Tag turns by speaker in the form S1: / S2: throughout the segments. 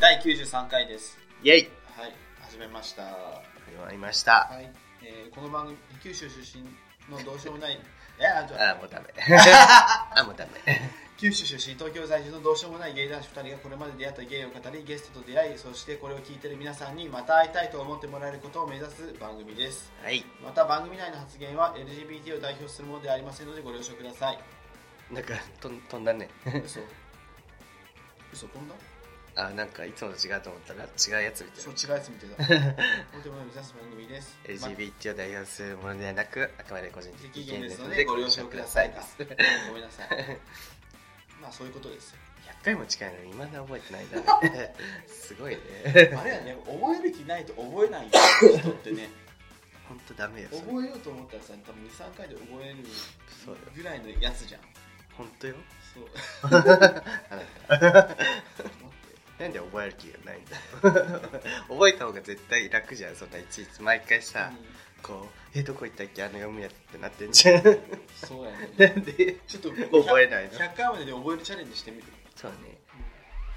S1: 第93回です。
S2: イェイ
S1: はい、始めました。は
S2: 始まりました。
S1: い、えーこの番組、九州出身のどうしようもない、 いやあじゃ
S2: あ
S1: あ
S2: も うダメ。あもうダメ。
S1: 九州出身、東京在住のどうしようもない芸男子2人がこれまで出会った芸を語り、ゲストと出会い、そしてこれを聞いている皆さんにまた会いたいと思ってもらえることを目指す番組です。
S2: はい。
S1: また番組内の発言は LGBT を代表するものではありませんのでご了承ください。
S2: なんかとん飛んだね。
S1: 嘘嘘飛んだ
S2: あなんかいつもと違うと思ったら違うやつみたい
S1: そ
S2: な
S1: う。違うやつ見て た。本当に目指す番組です。
S2: LGBT を代表するものではなく、あくまで個人的
S1: 意
S2: 意
S1: 見
S2: 見
S1: で
S2: ですす
S1: の
S2: の
S1: で
S2: で
S1: ご
S2: ご
S1: 了
S2: 了
S1: 承
S2: 承
S1: く
S2: く
S1: だ
S2: だ
S1: さ
S2: さ
S1: い
S2: い。
S1: ごめんなさい。 まあそういうことです。
S2: 100回も近いのに未だ覚えてないんだ ね。すごいね。
S1: あれはね、覚える気ないと覚えない人って ね、
S2: ほんとダメよ。それ
S1: 覚えようと思ったらさ、多分2、3回で覚える
S2: そうよ。
S1: ぐらいのやつじゃん。
S2: ほんとよ。
S1: そう。
S2: あなたなんで覚える気がないんだろう 覚えた方が絶対楽じゃん。そんないちいち毎回さ、こう、え、どこ行ったっけあの読むやつってなってんじゃん。
S1: そうや
S2: な
S1: ね。
S2: んで
S1: ちょっと
S2: 覚えないの
S1: 100回までで 覚えるチャレンジしてみる。
S2: そうね。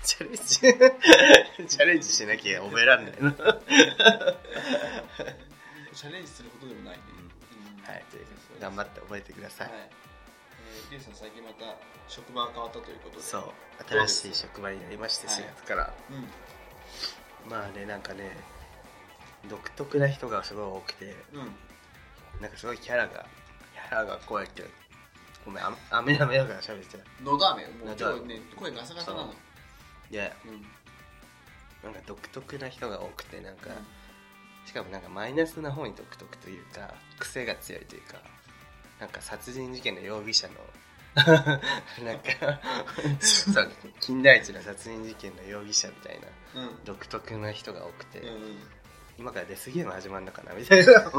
S2: チャレンジ チャレンジしなきゃ覚えらんないの。は
S1: チャレンジすることでもないね。
S2: い、ということで頑張って覚えてください。
S1: はい。えーリュウさん、最近また職場が変わったということで。
S2: そう、新しい職場になりまして、
S1: はい
S2: 4月から。
S1: うん。
S2: まあね、なんかね、独特な人がすごい多くて、
S1: うん。
S2: なんかすごいキャラが、キャラが怖いけど、ごめん、ああめなめだから喋ってた。
S1: のど飴、もう
S2: のど
S1: 今
S2: 飴
S1: 日ね、声ガサガサなの。
S2: いや、
S1: うん。
S2: なんか独特な人が多くて、なんか、しかもなんかマイナスな方に独特というか癖が強いというかなんか殺人事件の容疑者の なんかそう金田一の殺人事件の容疑者みたいな
S1: うん。
S2: 独特な人が多くて、
S1: うんうん。
S2: 今からデスゲーム始まるのかなみたいな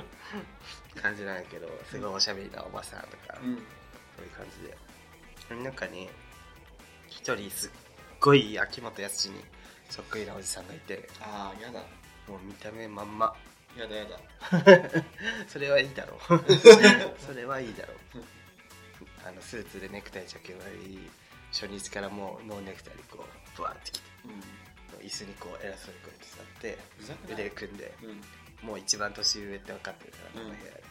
S2: 感じなんやけどすごいおしゃべりなおばさんとか、
S1: うん。
S2: そういう感じでその中に一人すっごい秋元康にそっくりなおじさんがいて
S1: ああ、やだ。
S2: もう見た目まんま
S1: やだやだ。
S2: それはいいだろうそれはいいだろうあのスーツでネクタイ着用り初日からもうノーネクタイでこうブワーってきて
S1: うん。
S2: 椅子にこう偉そうにこうやって
S1: ふざ
S2: 座
S1: け
S2: って
S1: ない
S2: 腕組んで
S1: うん。
S2: もう一番年上って分かってるから
S1: うん
S2: この部屋で、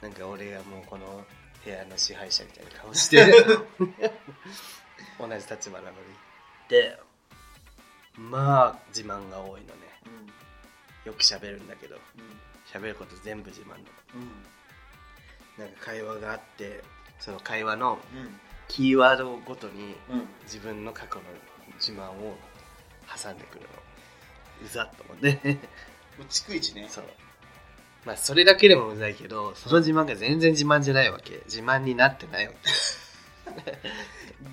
S2: なんか俺がもうこの部屋の支配者みたいな顔 して 同じ立場なのにでまあ自慢が多いのね
S1: うん。
S2: よく喋るんだけど
S1: うん。
S2: 喋ること全部自慢なの
S1: うん。
S2: なんか会話があってその会話の
S1: うん。
S2: キーワードごとに
S1: うん。
S2: 自分の過去の自慢を挟んでくるのうざっと思っ て
S1: もう逐一ね。
S2: そうまあそれだけでもうざいけどその自慢が全然自慢じゃないわけ自慢になってないわけ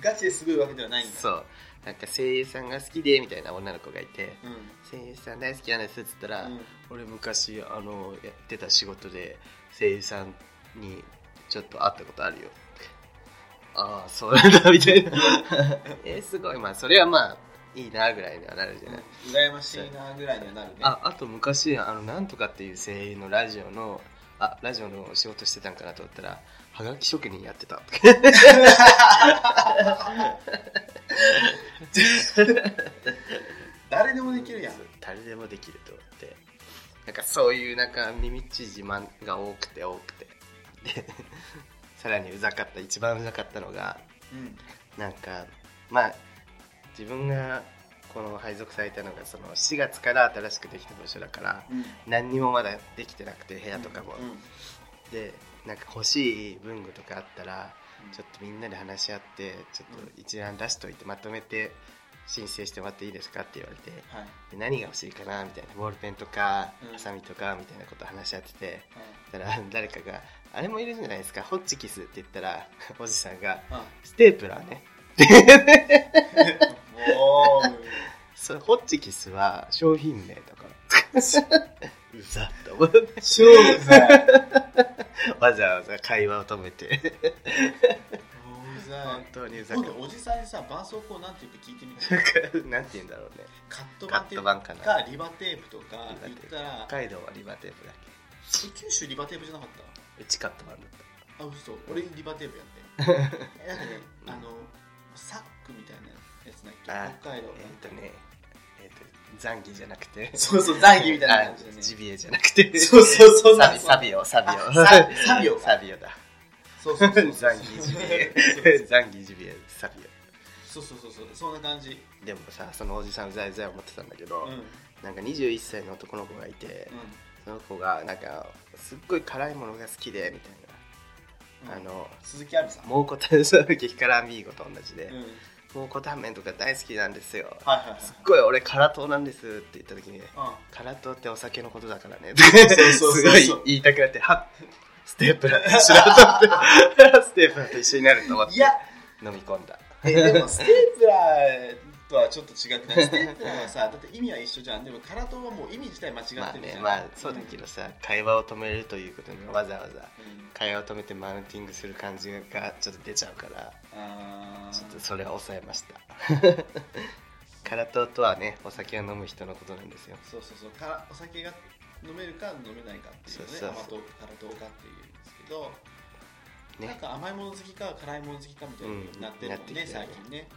S1: ガチですごいわけではないんだ。
S2: そうなんか声優さんが好きでみたいな女の子がいて
S1: うん。
S2: 声優さん大好きなんですって言ったら、
S1: うん。
S2: 俺昔あのやってた仕事で声優さんにちょっと会ったことあるよああそうなんだみ たいなえすごいまあそれはまあいいなぐらいにはなるじゃない、
S1: うん羨ましいなぐらいにはなるね。
S2: ああと昔あのなんとかっていう声優のラジオのあラジオの仕事してたんかなと思ったらはがき職人やってた
S1: 誰でもできるやん。
S2: 誰でもできると思ってなんかそういうなんか耳っちい自慢が多くて多くてでさらにうざかった一番うざかったのが
S1: うん。
S2: なんかまあ自分がこの配属されたのがその4月から新しくできた場所だから
S1: うん。
S2: 何にもまだできてなくて部屋とかも、
S1: うん。
S2: でなんか欲しい文具とかあったらちょ
S1: っ
S2: っとみんなで話し合ってちょっと一覧出しといてまとめて申請してもらっていいですかって言われて
S1: と。はい。
S2: で何が欲しいかなみたいなボールペンとか
S1: うん
S2: ハサミとかみたいなこと話し合ってて
S1: はい
S2: そしたら誰かが「あれもいるじゃないですかホッチキス」って言ったらおじさんが
S1: あ
S2: 「ステープラーね」
S1: お ー。
S2: それホッチキスは商品名だからうざっと思って
S1: 超うざい。
S2: わざわざ会話を止めて
S1: うざ
S2: 本
S1: い。
S2: 当にうざ
S1: 今
S2: く
S1: 度おじさんにさ、絆創膏なんて言うか聞いてみ て。
S2: なんて言うんだろうね
S1: カット
S2: カ
S1: 版テ
S2: ット
S1: ー
S2: 版か
S1: プ
S2: な
S1: かリバテープとか言ったら
S2: 北海道はリバーテープだっ
S1: 九州リバテープじゃなかっ
S2: けうちカット版だった
S1: た あ嘘俺リバテープやってなんかねあのサックみたいなやつだっけ
S2: あ
S1: 北海道
S2: えっ、とねえっ、と残儀じゃなくて
S1: そうそう残儀みたいな感じで
S2: あ
S1: ね
S2: ジビエじゃなくて
S1: そうそうそう
S2: サビサビオサビオ
S1: あササビオか
S2: サビオだ
S1: そうそうそう
S2: ザンギジビエザンギジビエサビ
S1: そうそうそうそうそんな感じ
S2: オでもさそのおじさんうざいうざい思ってたんだけど、
S1: うんうん
S2: なんか21歳の男の子がいて、その子がなんかすっごい辛いものが好きでみたいな、あの
S1: 鈴木亜美さん
S2: 蒙古タンス激辛アミーゴと同じで、
S1: うんはい
S2: 蒙古タンメンとか大好きなんですよ
S1: はいはい
S2: すっごい俺辛党なんですって言った時に
S1: うん
S2: 辛党ってお酒のことだからね
S1: そうそうそう
S2: すごい言いたくなってはっステープラーと一緒だと思って ステープラーと一緒になると思って
S1: いや
S2: 飲み込んだ
S1: えでもステープラーとはちょっと違くないステープラーはさだって意味は一緒じゃんでもカラトはもう意味自体間違ってるじゃ
S2: まあ
S1: ん、
S2: ねまあそうだけどさ会話を止めるということにわざわざ
S1: うん
S2: 会話を止めてマウンティングする感じがちょっと出ちゃうから
S1: あー
S2: ちょっとそれは抑えました 空党とはねお酒を飲む人のことなんですよ
S1: そうそうそうからお酒が飲めるか飲めないかっていうね
S2: そうそうそう
S1: 甘党か辛党かっていうんですけど、なん
S2: ね
S1: か甘いもの好きか辛いもの好きかみたいになってるもん
S2: うん
S1: ね、
S2: なってきてる
S1: 最
S2: ね
S1: 近ね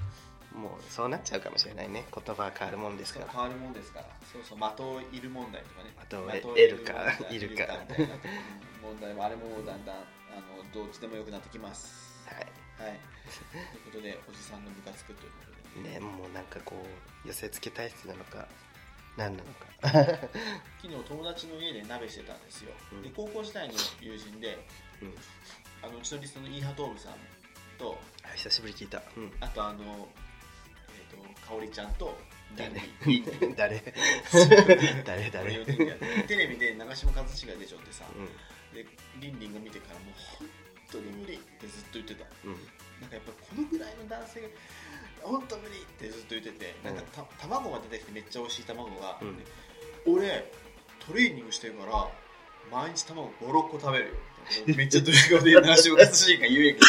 S2: もうそうなっちゃうかもしれないね言葉は変わるもんです
S1: しか
S2: か
S1: も変
S2: ら
S1: わるもんですからそうそう的をいる問題とかね
S2: 的を
S1: を
S2: 得るか
S1: 問題
S2: いるか
S1: みたいな問題もあれもだんだんあのどっちでもよくなってきます
S2: は
S1: はい。ということで、おじさんの部活くということ
S2: い
S1: で、
S2: ねもうなんかこう寄せ付け体質なのか何なのか
S1: 昨日友達の家で鍋してたんですよ。
S2: うん
S1: で、高校時代の友人で、
S2: うん
S1: あのうちのリストのイーハトーブさんと、
S2: 久しぶり聞いた、うん、
S1: あとあの、えっ、と、かおりちゃんと、
S2: 誰
S1: リンリン
S2: 誰誰
S1: これ
S2: 誰
S1: 四人でやってテレビで長嶋一茂が出ちゃってさ、
S2: う
S1: で、リンリンが見てからもう本当に無理ってずっと言ってた。
S2: んうん
S1: なんかやっぱこのぐらいの男性が本当無理ってずっと言ってて、なんかた卵が出てきてめっちゃ美味しい卵が、俺トレーニングしてるから毎日卵56個食べるよめっちゃドヤ顔で長嶋一茂が言えんけど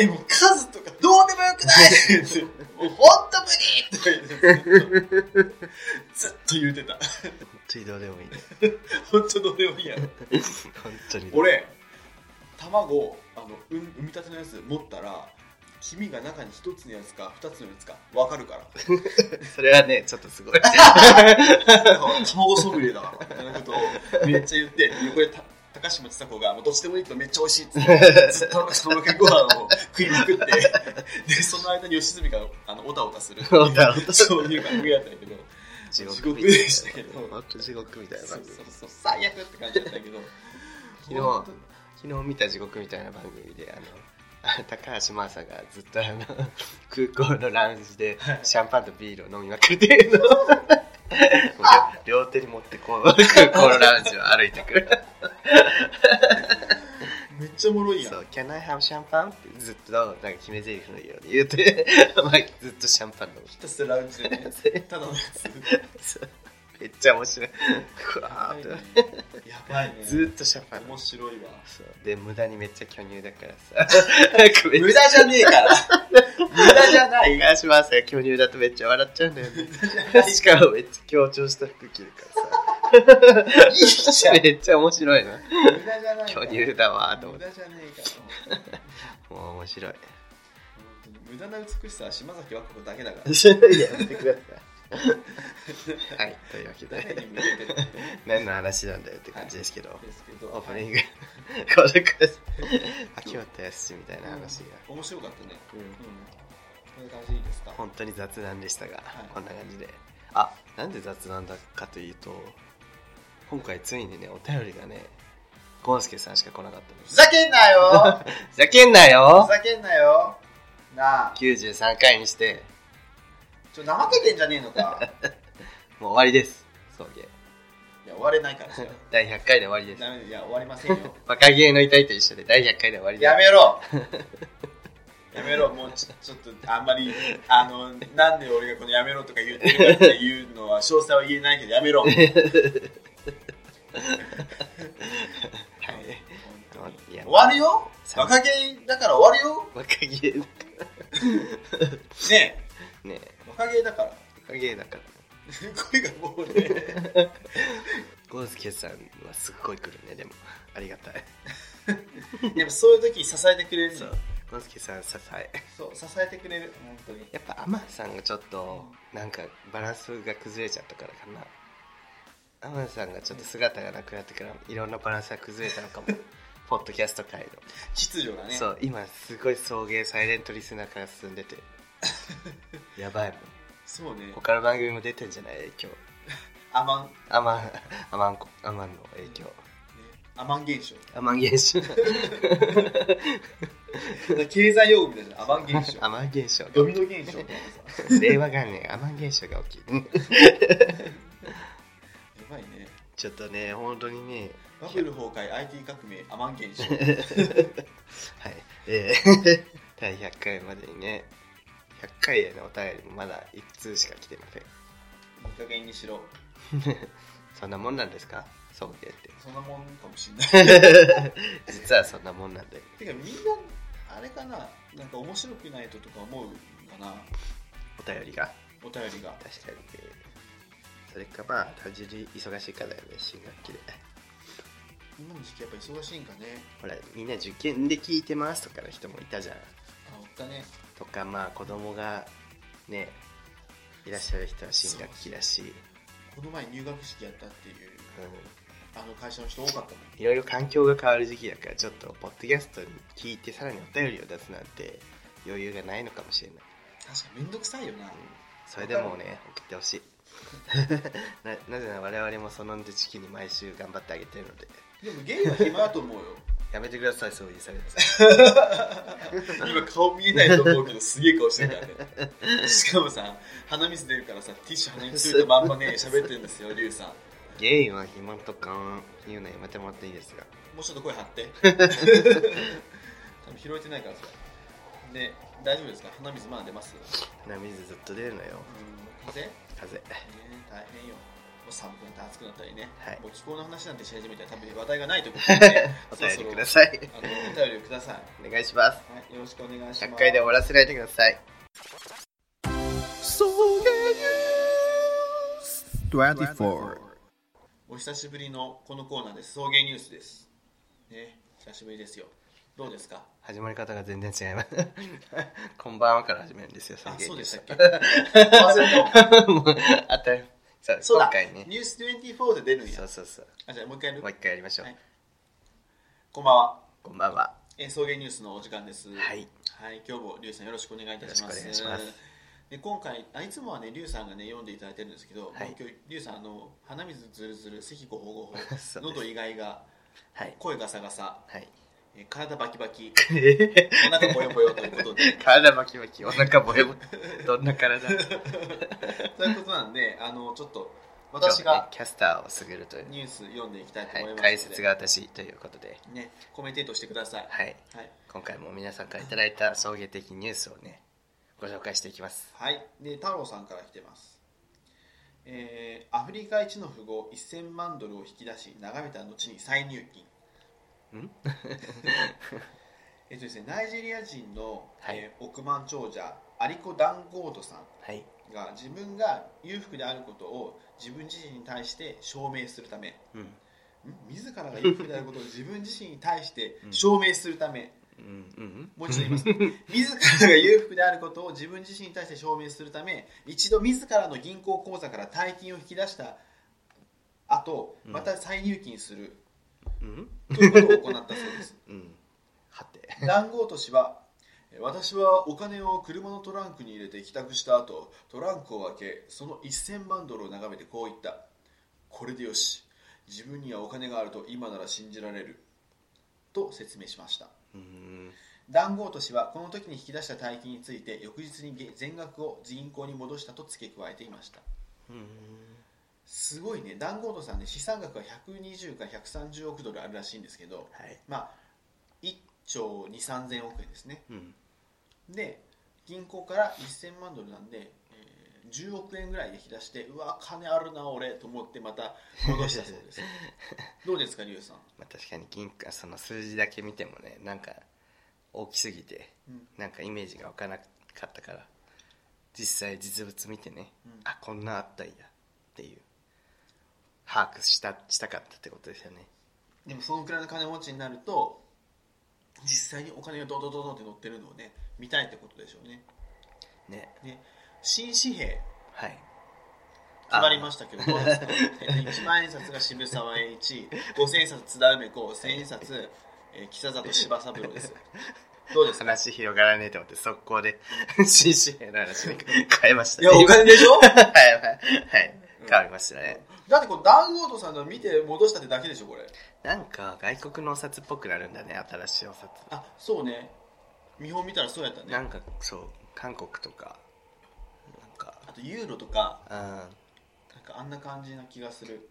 S1: えもう数とかどうでもよくないって言ってもう本当無理って言ってずっと言ってた
S2: 本当にどうでもいいね
S1: 本当どうでもいいやろ
S2: 本当にど うでもいい
S1: 俺卵あのうん産みたてのやつ持ったら黄身が中に一つのやつか二つのやつか分かる から
S2: それはねちょっとすごい
S1: だから卵ソムリエだわみたいなことをめっちゃ言って横でた高嶋ちさ子がもうどっちでもいいけどめっちゃ美味しいっつってずっと卵かけご飯を食いまくってでその間に吉住があのおたおたするってい
S2: おたおた
S1: うそういう番組だったんやけど
S2: 地
S1: 地獄でしたけど
S2: 本当地獄みたいな
S1: そう
S2: 番組
S1: そうそう最悪って感じだったけど
S2: 昨日昨日見た地獄みたいな番組であのあ高橋真麻がずっとあの 空港のラウンジでシャンパンとビールを飲みまくって るのもう両手に持ってこう空港のラウンジを歩いてくる
S1: めっちゃおもろいやん
S2: そう「Can I have シャンパン?」ってずっとなんか決め台詞のように言って、 まあ、ずっとシャンパン飲む
S1: ひたすらラウンジでねただのやつ
S2: そうめっちゃ面白いふわーっと、
S1: やばいね
S2: ずっとシャンパン飲む
S1: 面白いわ
S2: そうで無駄にめっちゃ巨乳だからさ なんかめっちゃ
S1: 無駄じゃねえから無駄じゃない
S2: お願いしますよ巨乳だとめっちゃ笑っちゃうんだよねしかもめっちゃ強調した服着るか
S1: いいじゃ
S2: ら
S1: ん
S2: さめっちゃ面白いな
S1: 無駄じゃないか
S2: 巨
S1: ら
S2: 乳だわーと思っ
S1: 無
S2: て
S1: 駄じゃねえから本
S2: もう面白い
S1: 当に無駄な美しさは島崎和歌子だけだから
S2: やめてくださいはいというわ け
S1: 誰に
S2: で
S1: 向けてるん
S2: 何の話なんだよって感 じですけど、
S1: ですけ
S2: オ
S1: ど
S2: ープニングこれくらい秋元康みたいな話が、
S1: 面白かったね
S2: うん
S1: うんこんな感じでいいですか
S2: 本当に雑談でしたが、
S1: はい
S2: こんな感じであなんで雑談だかというと今回ついにねお便りがねゴンスケさんしか来なかったんで
S1: ふ
S2: す
S1: ざけんな よ
S2: ふざけんな
S1: ふ
S2: よ
S1: ざけんなよなあ
S2: 93回にして
S1: ちょ怠けてんじゃねえの か
S2: もう終わりです送
S1: い
S2: 迎
S1: や終われないからさ
S2: 第100回で終わりです
S1: ダメだいや終わりませんよ
S2: 若芸の遺体と一緒で第100回で終わりです
S1: やめろ やめろもうちょちょっとあんまりあのなんで俺がこのやめろとか言ってるかっていうのは詳細は言えないけどやめろ はい
S2: いや
S1: 終わるよ
S2: 寒い
S1: 若気だから終わるよ
S2: 若芸だか
S1: ね
S2: らね
S1: え若気だから
S2: 若芸だから
S1: 声がもう ね
S2: ゴンスケさんはすっごい来るねでもありがたい
S1: でもそういう時に支えてくれるの
S2: そう野月さん支え
S1: そう支えてくれる本当に
S2: やっぱアマンさんがちょっとなんかバランスが崩れちゃったからかなアマンさんがちょっと姿がなくなってからいろんなバランスが崩れたの かもポッドキャスト界
S1: 秩序が
S2: の、
S1: ね
S2: そう今すごい送迎サイレントリスナー化が進んで てやばいもん
S1: そうね
S2: 他の番組も出てんじゃない影響
S1: アマン、ね、
S2: アマンアマンコアマンの影響
S1: アマン現象
S2: アマン現象
S1: 経済用語みたい なアマン現象
S2: アマン現象
S1: ドミノ現象みたいなさ
S2: 令和元年アマン現象が起きる
S1: やばいね
S2: ちょっとね本当にね
S1: バブル崩壊 IT 革命アマン現 象
S2: はいえー、 第100回までにね100回へのお便りもまだ1通しか来てません
S1: いい加減にしろ
S2: そんなもんなんですか送迎って
S1: そんなもんかもし んない
S2: 実はそんなもんなんで
S1: てかみんなあれかななんか面白くないととか思うかな
S2: お便りが
S1: お便りが
S2: 確かにねそれかまあ単純に忙しいからだよね新学期で
S1: 今の時期やっぱ忙しいんかね
S2: ほらみんな受験で聞いてますとかの人もいたじゃん
S1: あおったね
S2: とかまあ子供がねいらっしゃる人は新学期だし、う、
S1: この前入学式やったっていうんあの会社の人多かったもん
S2: いろいろ環境が変わる時期だからちょっとポッドキャストに聞いてさらにお便りを出すなんて余裕がないのかもしれない、
S1: 確かめんどくさいよな、
S2: うんそれでもね送ってほしい ななぜなら我々もその時期に毎週頑張ってあげてるので
S1: でもゲイは暇だと思うよ
S2: やめてくださいそういう差別
S1: 今顔見えないと思うけどすげえ顔してるからね しかもさ鼻水出るからさティッシュ鼻についたまんま ね喋ってるんですよリュウさん
S2: ゲイは暇とか言うのやめてもらっていいですが
S1: もうちょっと声張って 多分拾えてないからさで大丈夫ですか鼻水まだ出ます
S2: 鼻水ずっと出るのよ
S1: うん風邪
S2: 風邪
S1: ね大変よ。もう寒くなったり暑くなったりね、
S2: はい
S1: もう気候の話なんてし始めたら多分話題がないということなので
S2: お便りくだ
S1: さ
S2: さい
S1: い。あのお便りをください。
S2: お願いします
S1: はい、よろしくお願いします。
S2: 100回で終わらせないでください
S1: 24お久しぶりのこのコーナーです。送迎ニュースです。ね、久しぶりですよ。どうですか
S2: 始まり方が全然違います こんばんはから始めるんですよ
S1: あ、そうでしたっ け忘れた
S2: たもう あたそう
S1: そうだ、
S2: 今回ね
S1: ニュース24で出るん
S2: そ
S1: や
S2: う。そうそう
S1: あ、じゃあもう一回やる
S2: もう一回やりましょう、
S1: はいこんばんは。
S2: こんばんは
S1: えー送迎ニュースのお時間です。
S2: はい。
S1: はい、今日もリュウさんよろしくお願いいたします。
S2: よろしくお願いします
S1: で今回あいつもはねリュウさんがね読んでいただいてるんですけど、
S2: はい
S1: もう今日リュウさんあの鼻水ずるずる咳ごほご ほ
S2: す
S1: 喉イガイガ
S2: はい
S1: 声ガサガサ、
S2: はい
S1: えー体バキバキ
S2: え
S1: お腹ぽよぽよということで
S2: 体バキバキお腹 ボヨボヨどんな体
S1: ということなんであのちょっと私が
S2: キャスターをすぐるという、
S1: ニュース読んでいきたいと
S2: は
S1: 思いますの
S2: い、
S1: で、
S2: 解説が私ということで、
S1: ねコメンテートしてください。
S2: はい、
S1: はい
S2: 今回も皆さんからいただいた送迎的ニュースをねご紹介していきます
S1: はい、で太郎さんから来てます、えーアフリカ一の富豪1000万ドルを引き出し眺めた後に再入金
S2: ん
S1: えっとですねナイジェリア人の、
S2: はい
S1: えー億万長者アリコ・ダンゴートさん
S2: はい
S1: が自分が裕福であることを自分自身に対して証明するためん
S2: うん
S1: 自らが裕福であることを自分自身に対して
S2: うん
S1: 証明するため、
S2: うん
S1: もう一度言います自らが裕福であることを自分自身に対して証明するため一度自らの銀行口座から大金を引き出した後
S2: うん
S1: また再入金する
S2: うんうん
S1: ということを行ったそう です
S2: うんはて
S1: 談合と氏はえ私はお金を車のトランクに入れて帰宅した後トランクを開けその1000万ドルを眺めてこう言ったこれでよし自分にはお金があると今なら信じられると説明しました
S2: うん
S1: ダンゴート氏はこの時に引き出した大金について翌日に全額を銀行に戻したと付け加えていました
S2: うん
S1: すごいねダンゴートさんね資産額は120から130億ドルあるらしいんですけど
S2: はい
S1: まあ1兆2 3 0 0 0億円ですね
S2: うん
S1: で銀行から1000万ドルなんで、えー10億円ぐらい引き出してうわ金あるな俺と思ってまた戻したそうですどうですかリュウさん、
S2: まあ確かに銀貨その数字だけ見てもねなんか大きすぎて
S1: うん
S2: なんかイメージが湧かなかったから実際実物見てね、
S1: うん
S2: あこんなあったんやっていう把握したしたかったってことですよね
S1: でもそのくらいの金持ちになると実際にお金がドドドドって乗ってるのをね見たいってことでしょうね
S2: ね
S1: 新紙幣
S2: はい
S1: 決まりましたけどどうですか1万円札が渋沢栄一5000円札津田梅子1000円札、えー、北里柴三郎ですどうですか
S2: 話広がらねえと思って速攻で 新紙幣の話に変えました
S1: いやお金でしょ
S2: はいはいはい変わりましたね
S1: だってこれダンゴードさんの見て戻したってだけでしょこれ
S2: なんか外国のお札っぽくなるんだね新しいお札
S1: あそうね見本見たらそうやった
S2: な
S1: ね
S2: んかそう韓国とかなんか
S1: あとユーロとか
S2: あー
S1: なんかあんな感じな気がする、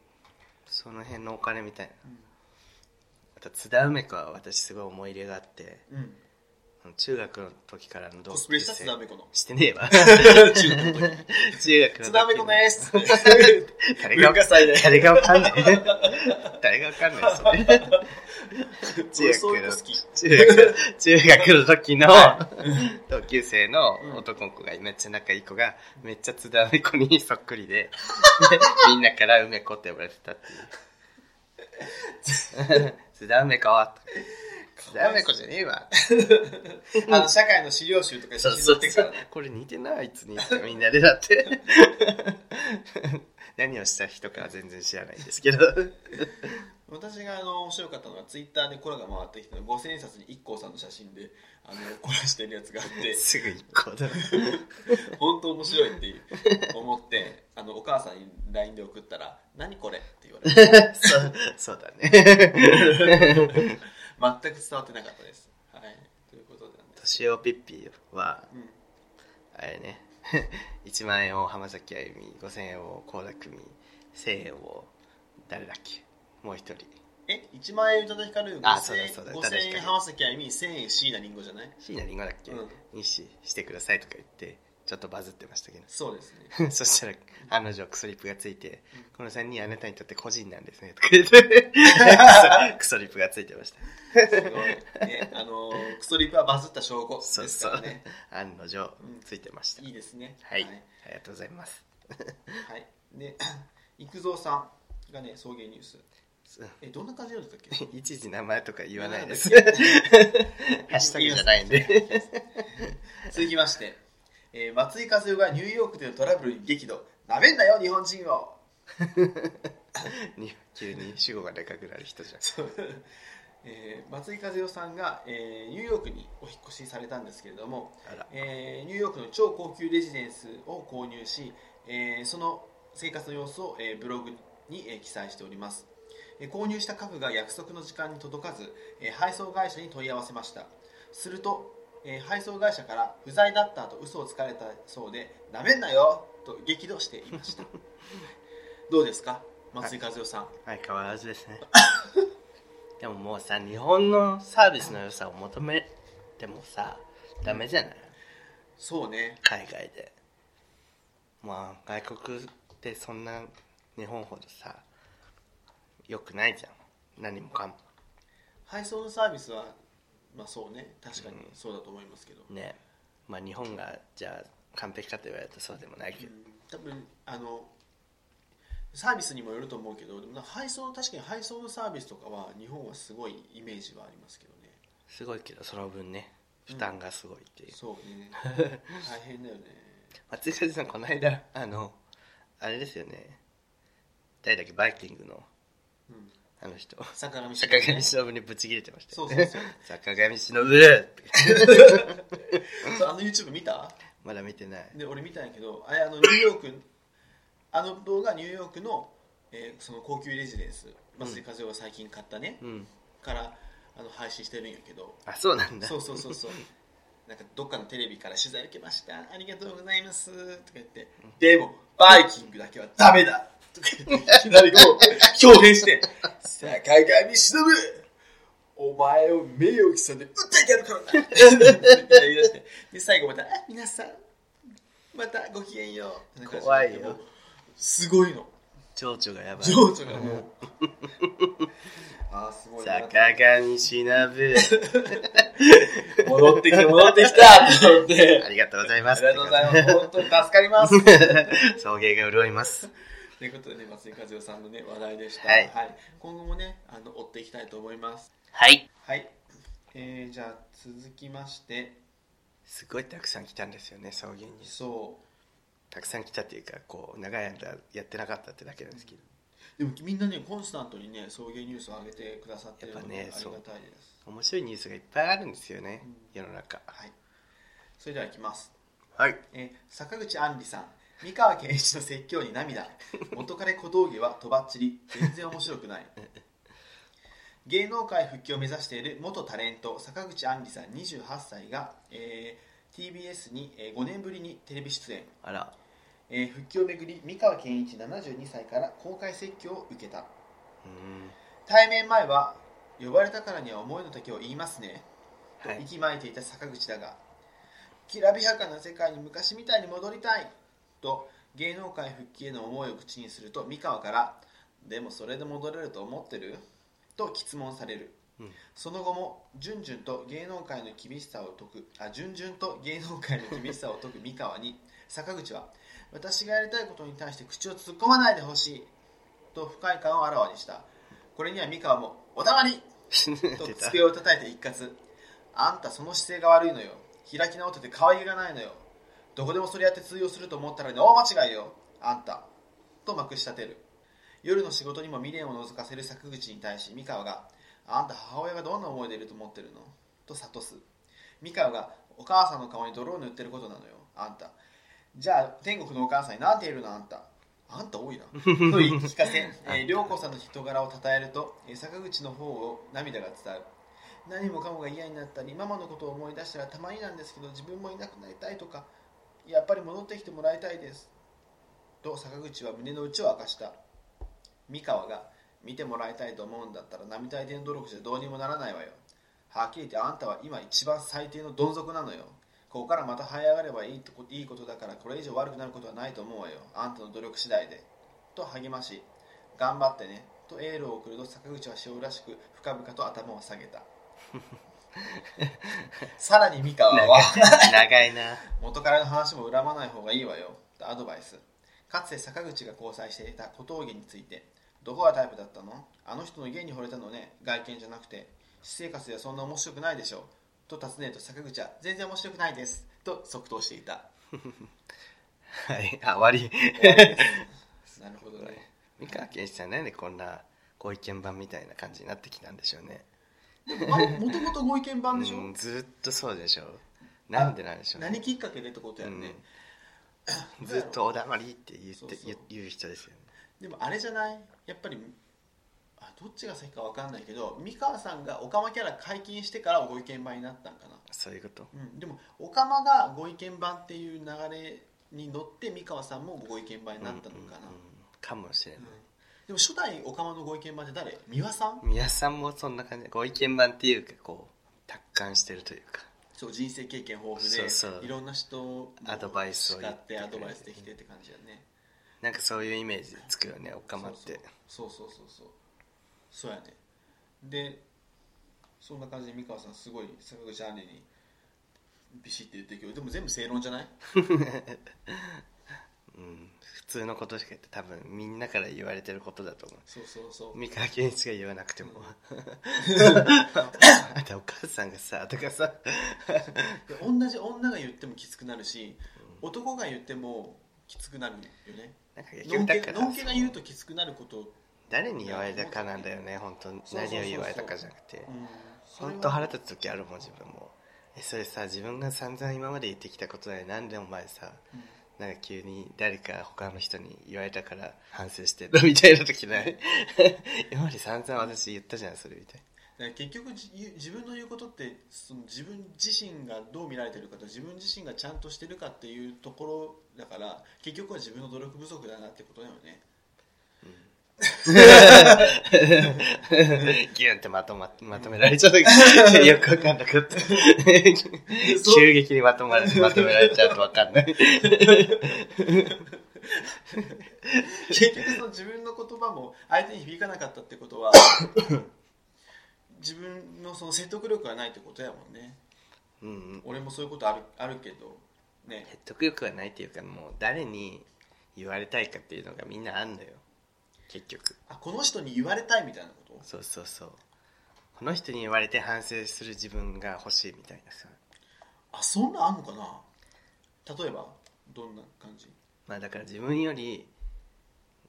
S2: その辺のお金みたいな
S1: うん
S2: あと津田梅子は私すごい思い入れがあって
S1: うん、
S2: 中学の時からの同
S1: コスプレ
S2: 級生
S1: した津田梅子の
S2: してね えわ
S1: 中学の時
S2: 中学の時
S1: 津田梅子
S2: ね
S1: です 文
S2: 誰が
S1: 化祭で
S2: 誰がわか んない誰がわかんないそれ中
S1: 俺
S2: 学
S1: そういう
S2: の
S1: の好き
S2: 中学中学の時の同級生の男の子がめっちゃ仲いい子がめっちゃ津田梅子にそっくり でみんなから梅子って呼ばれてたっていう 津田梅子は津田梅子じゃねえ わ
S1: あの社会の資料集とかに写
S2: そう
S1: 真
S2: そ
S1: 載っ
S2: う
S1: てく
S2: そ
S1: から
S2: うこれ似てないあいつにってみんなでだって 何をした人かは全然知らないんです けど
S1: 私があの面白かったのがツイッターでコラが回ってきたの五千円札に一 k さんの写真であのコラしてるやつがあっ
S2: すぐ一行だな
S1: て本当面白いって思ってあのお母さんに LINE で送ったら「何これ?」って言われて
S2: そうそうだね
S1: 全く伝わってなかったです。はい、ということでなんです、
S2: 年をピッピは
S1: うん、
S2: あれね 1万円を浜崎あゆみ5000円を倖田來未1000円を誰だっけもう一人
S1: え1万円宇多田ヒカル
S2: あそうだそうだ宇多田ヒ
S1: 5000
S2: カ
S1: 円
S2: ル
S1: 浜崎あゆみ1000円椎名林檎じゃない
S2: 椎名林檎だっけ、
S1: うん
S2: にししてくださいとか言ってちょっとバズってましたけど
S1: そうですね
S2: そしたら、案の定クソリップがついて、この3人あなたにとって個人なんですね、とか言って、 クソクソリップがついてました。
S1: すごいねあのークソリップはバズった証拠
S2: そう
S1: です
S2: そ
S1: か
S2: う
S1: らね。
S2: 案の定
S1: うん、
S2: ついてました。
S1: いいですね
S2: はい。ありがとうございます。
S1: はい、で 育三さんがね送迎ニュース
S2: そう
S1: えどんな感じなんですかっ
S2: いちいち名前とか言わないです。
S1: 言わ
S2: ハッシュタグじゃないんで。
S1: け続きまして、えー松井和代がニューヨークでのトラブルに激怒なめんなよ日本人を
S2: に 急に主語がでかくなる人じゃん。
S1: えー松井和代さんが、えーニューヨークにお引っ越しされたんですけれども、
S2: あら。
S1: えーニューヨークの超高級レジデンスを購入し、えーその生活の様子を、えーブログに、えー記載しております、えー購入した家具が約束の時間に届かず、えー配送会社に問い合わせましたすると、えー配送会社から不在だったと嘘をつかれたそうで「なめんなよ!」と激怒していましたどうですか松井和代さん、
S2: 相変わらずですね。 でももうさ、日本のサービスの良さを求めてもさ、ダメじゃない
S1: そうね
S2: 海外でまあ外国ってそんな日本ほどさ良くないじゃん何もかも
S1: 配送のサービスはまあそうね確かにそうだと思いますけど、
S2: ねまあ日本がじゃあ完璧かと言われるとそうでもないけど、
S1: 多分あのサービスにもよると思うけどでもな配送確かに配送のサービスとかは日本はすごいイメージはありますけどね
S2: すごいけどその分ね負担がすごいっていう、
S1: そうね大変だよね
S2: 松井梶さんこの間あのあれですよね誰だっけバイキングの
S1: うん
S2: あの人
S1: 坂上
S2: 坂
S1: 忍ね
S2: 上忍にぶち切れてました
S1: そ
S2: よ
S1: う
S2: ね
S1: そうそう
S2: 坂上忍
S1: そうあの YouTube 見た
S2: まだ見てない
S1: で俺見たんやけどあれあのニューヨークあの動画ニューヨークの、えーその高級レジデンス松井和代が最近買ったね、
S2: うん
S1: からあの配信してるんやけど
S2: あそうなんだ
S1: そうそうそうそう なんかどっかのテレビから取材受けましたありがとうございますとか言ってでもバイキングだけはダメだとか言っていきなりこう表現 して坂上忍お前を名誉毀損で訴えてやる からなって言い出してで最後またあ皆さんまたごきげんよう
S2: 怖いよ
S1: もうすごいの
S2: 情緒がやばい
S1: 情緒がもうああすごいな
S2: 坂上忍
S1: 戻ってきて戻ってき たと思って
S2: ありがとうございま
S1: あ
S2: す
S1: りがとうございます。本当に助かります。
S2: 送迎が潤います
S1: ということでね、松井和代さんのね、話題でした。
S2: はい
S1: 今後もね、あの、追っていきたいと思います。
S2: はい
S1: はい。えーじゃあ続きまして
S2: すごいたくさん来たんですよね草原に
S1: そう
S2: たくさん来たっていうかこう長い間やってなかったってだけなんですけど
S1: でもみんなねコンスタントにね送迎ニュースを上げてくださってるのが
S2: やっぱ
S1: あ
S2: ね
S1: りがたいです、
S2: そう面白いニュースがいっぱいあるんですよね
S1: うん
S2: 世の中
S1: はいそれではいきます、
S2: はい
S1: えー坂口杏里さん三河健一の説教に涙元彼小峠はとばっちり全然面白くない芸能界復帰を目指している元タレント坂口杏里さん28歳が、えー TBS に5年ぶりにテレビ出演、
S2: あら
S1: えー復帰をめぐり三河健一72歳から公開説教を受けた
S2: う
S1: 対面前は呼ばれたからには思いの丈を言いますねと
S2: はい
S1: 息巻いていた坂口だが、きらびやかな世界に昔みたいに戻りたいと芸能界復帰への思いを口にすると三河から「でもそれで戻れると思ってる?」と質問される
S2: んうん
S1: その後も順々と芸能界の厳しさを解くあ順々と芸能界の厳しさを解く三河に坂口は私がやりたいことに対して口を突っ込まないでほしいと不快感をあらわにしたこれには三河も「おたまり!」と
S2: 出た
S1: 机を叩いて一括あんたその姿勢が悪いのよ開き直ってて可愛げがないのよどこでもそれやって通用すると思ったら大間違いよあんたとまくし立てる夜の仕事にも未練を覗かせる坂口に対し三河があんた母親がどんな思いでいると思ってるのと諭す三河がお母さんの顔に泥を塗ってることなのよあんたじゃあ天国のお母さんになんて言えるのあんたあんた多いなと 言い聞かせ、えー、涼子さんの人柄をたたえると、えー坂口の方を涙が伝う何もかもが嫌になったりママのことを思い出したらたまになんですけど自分もいなくなりたいとかやっぱり戻ってきてもらいたいですと坂口は胸の内を明かした三河が見てもらいたいと思うんだったら並大抵の努力じゃどうにもならないわよはっきり言ってあんたは今一番最低のどん底なのよここからまた這い上がればいいとこいいことだからこれ以上悪くなることはないと思うわよあんたの努力次第でと励まし頑張ってねとエールを送ると坂口は塩らしく深々と頭を下げたさらに三河
S2: 長
S1: はい
S2: 長いな
S1: 元からの話も恨まない方がいいわよとアドバイスかつて坂口が交際していた小峠についてどこがタイプだったのあの人の家に惚れたのね外見じゃなくて私生活ではそんな面白くないでしょと尋ねると坂口は全然面白くないですと即答してい た
S2: はいあ終わり
S1: なるほどね
S2: 三河健一さんなんでこんなご意見版みたいな感じになってきたんでしょうね
S1: もともとご意見番でしょ、
S2: うんずっとそうでしょなんでなんでしょうね
S1: 何きっかけでってことやんね、
S2: うんずっと「おだまり」って言って
S1: そうそう
S2: 言う言う人ですよね
S1: でもあれじゃないやっぱりあどっちが先かわかんないけど三河さんがオカマキャラ解禁してからご意見番になったんかな
S2: そういうこと
S1: うん、でもオカマがご意見番っていう流れに乗って三河さんもご意見番になったのかな、
S2: うんうんうんかもしれない、
S1: でも初代オカマのご意見番って誰三輪さん
S2: 皆さんもそんな感じでご意見番っていうかこう達観してるというか
S1: そう人生経験豊富で
S2: そうそう
S1: いろんな人を
S2: アドバイスを
S1: 使
S2: 言っ
S1: って
S2: て
S1: アドバイスできてって感じだね
S2: なんかそういうイメージつくよねおかまって
S1: そうそうそうそうそうそうやねでそんな感じで三河さんすごい坂口杏里にビシッて言ってるけどでも全部正論じゃない
S2: うん普通のことしか言って多分みんなから言われてることだと思う
S1: そうそうそう
S2: 三河健一が言わなくても あとお母さんがさとかさ
S1: で同じ女が言ってもきつくなるし、男が言ってもきつくなるよね
S2: なんか結
S1: の
S2: 局
S1: ん
S2: だ
S1: け
S2: から
S1: のんけが言うときつくなること、うん、
S2: 誰に言われたかなんだよね本当に
S1: そうそうそうそう
S2: 何を言われたかじゃなくて
S1: それは
S2: 本当腹立つ時あるもん自分もえそれさ自分が散々今まで言ってきたことだよなんでお前さ
S1: うん
S2: なんか急に誰か他の人に言われたから反省してるみたいな時ない 今まで散々私言ったじゃんそれみたい
S1: だから結局じ自分の言うことってその自分自身がどう見られてるかと自分自身がちゃんとしてるかっていうところだから結局は自分の努力不足だなってことだよ ね
S2: な ギュンってまとままとめられちゃった よくわかんなかった
S1: そう
S2: 急激にまとまれまとめられちゃうとわかんない
S1: 結局その自分の言葉も相手に響かなかったってこと は自分のその説得力がないってことやもんね
S2: うんうん
S1: 俺もそういうことあるあるけどね
S2: 説得力がないっていうかもう誰に言われたいかっていうのがみんなあんのよ結局
S1: あこの人に言われたいみたいなこと
S2: そうそうそうこの人に言われて反省する自分が欲しいみたいなさ
S1: あそんなあんのかな例えばどんな感じ
S2: まあだから自分より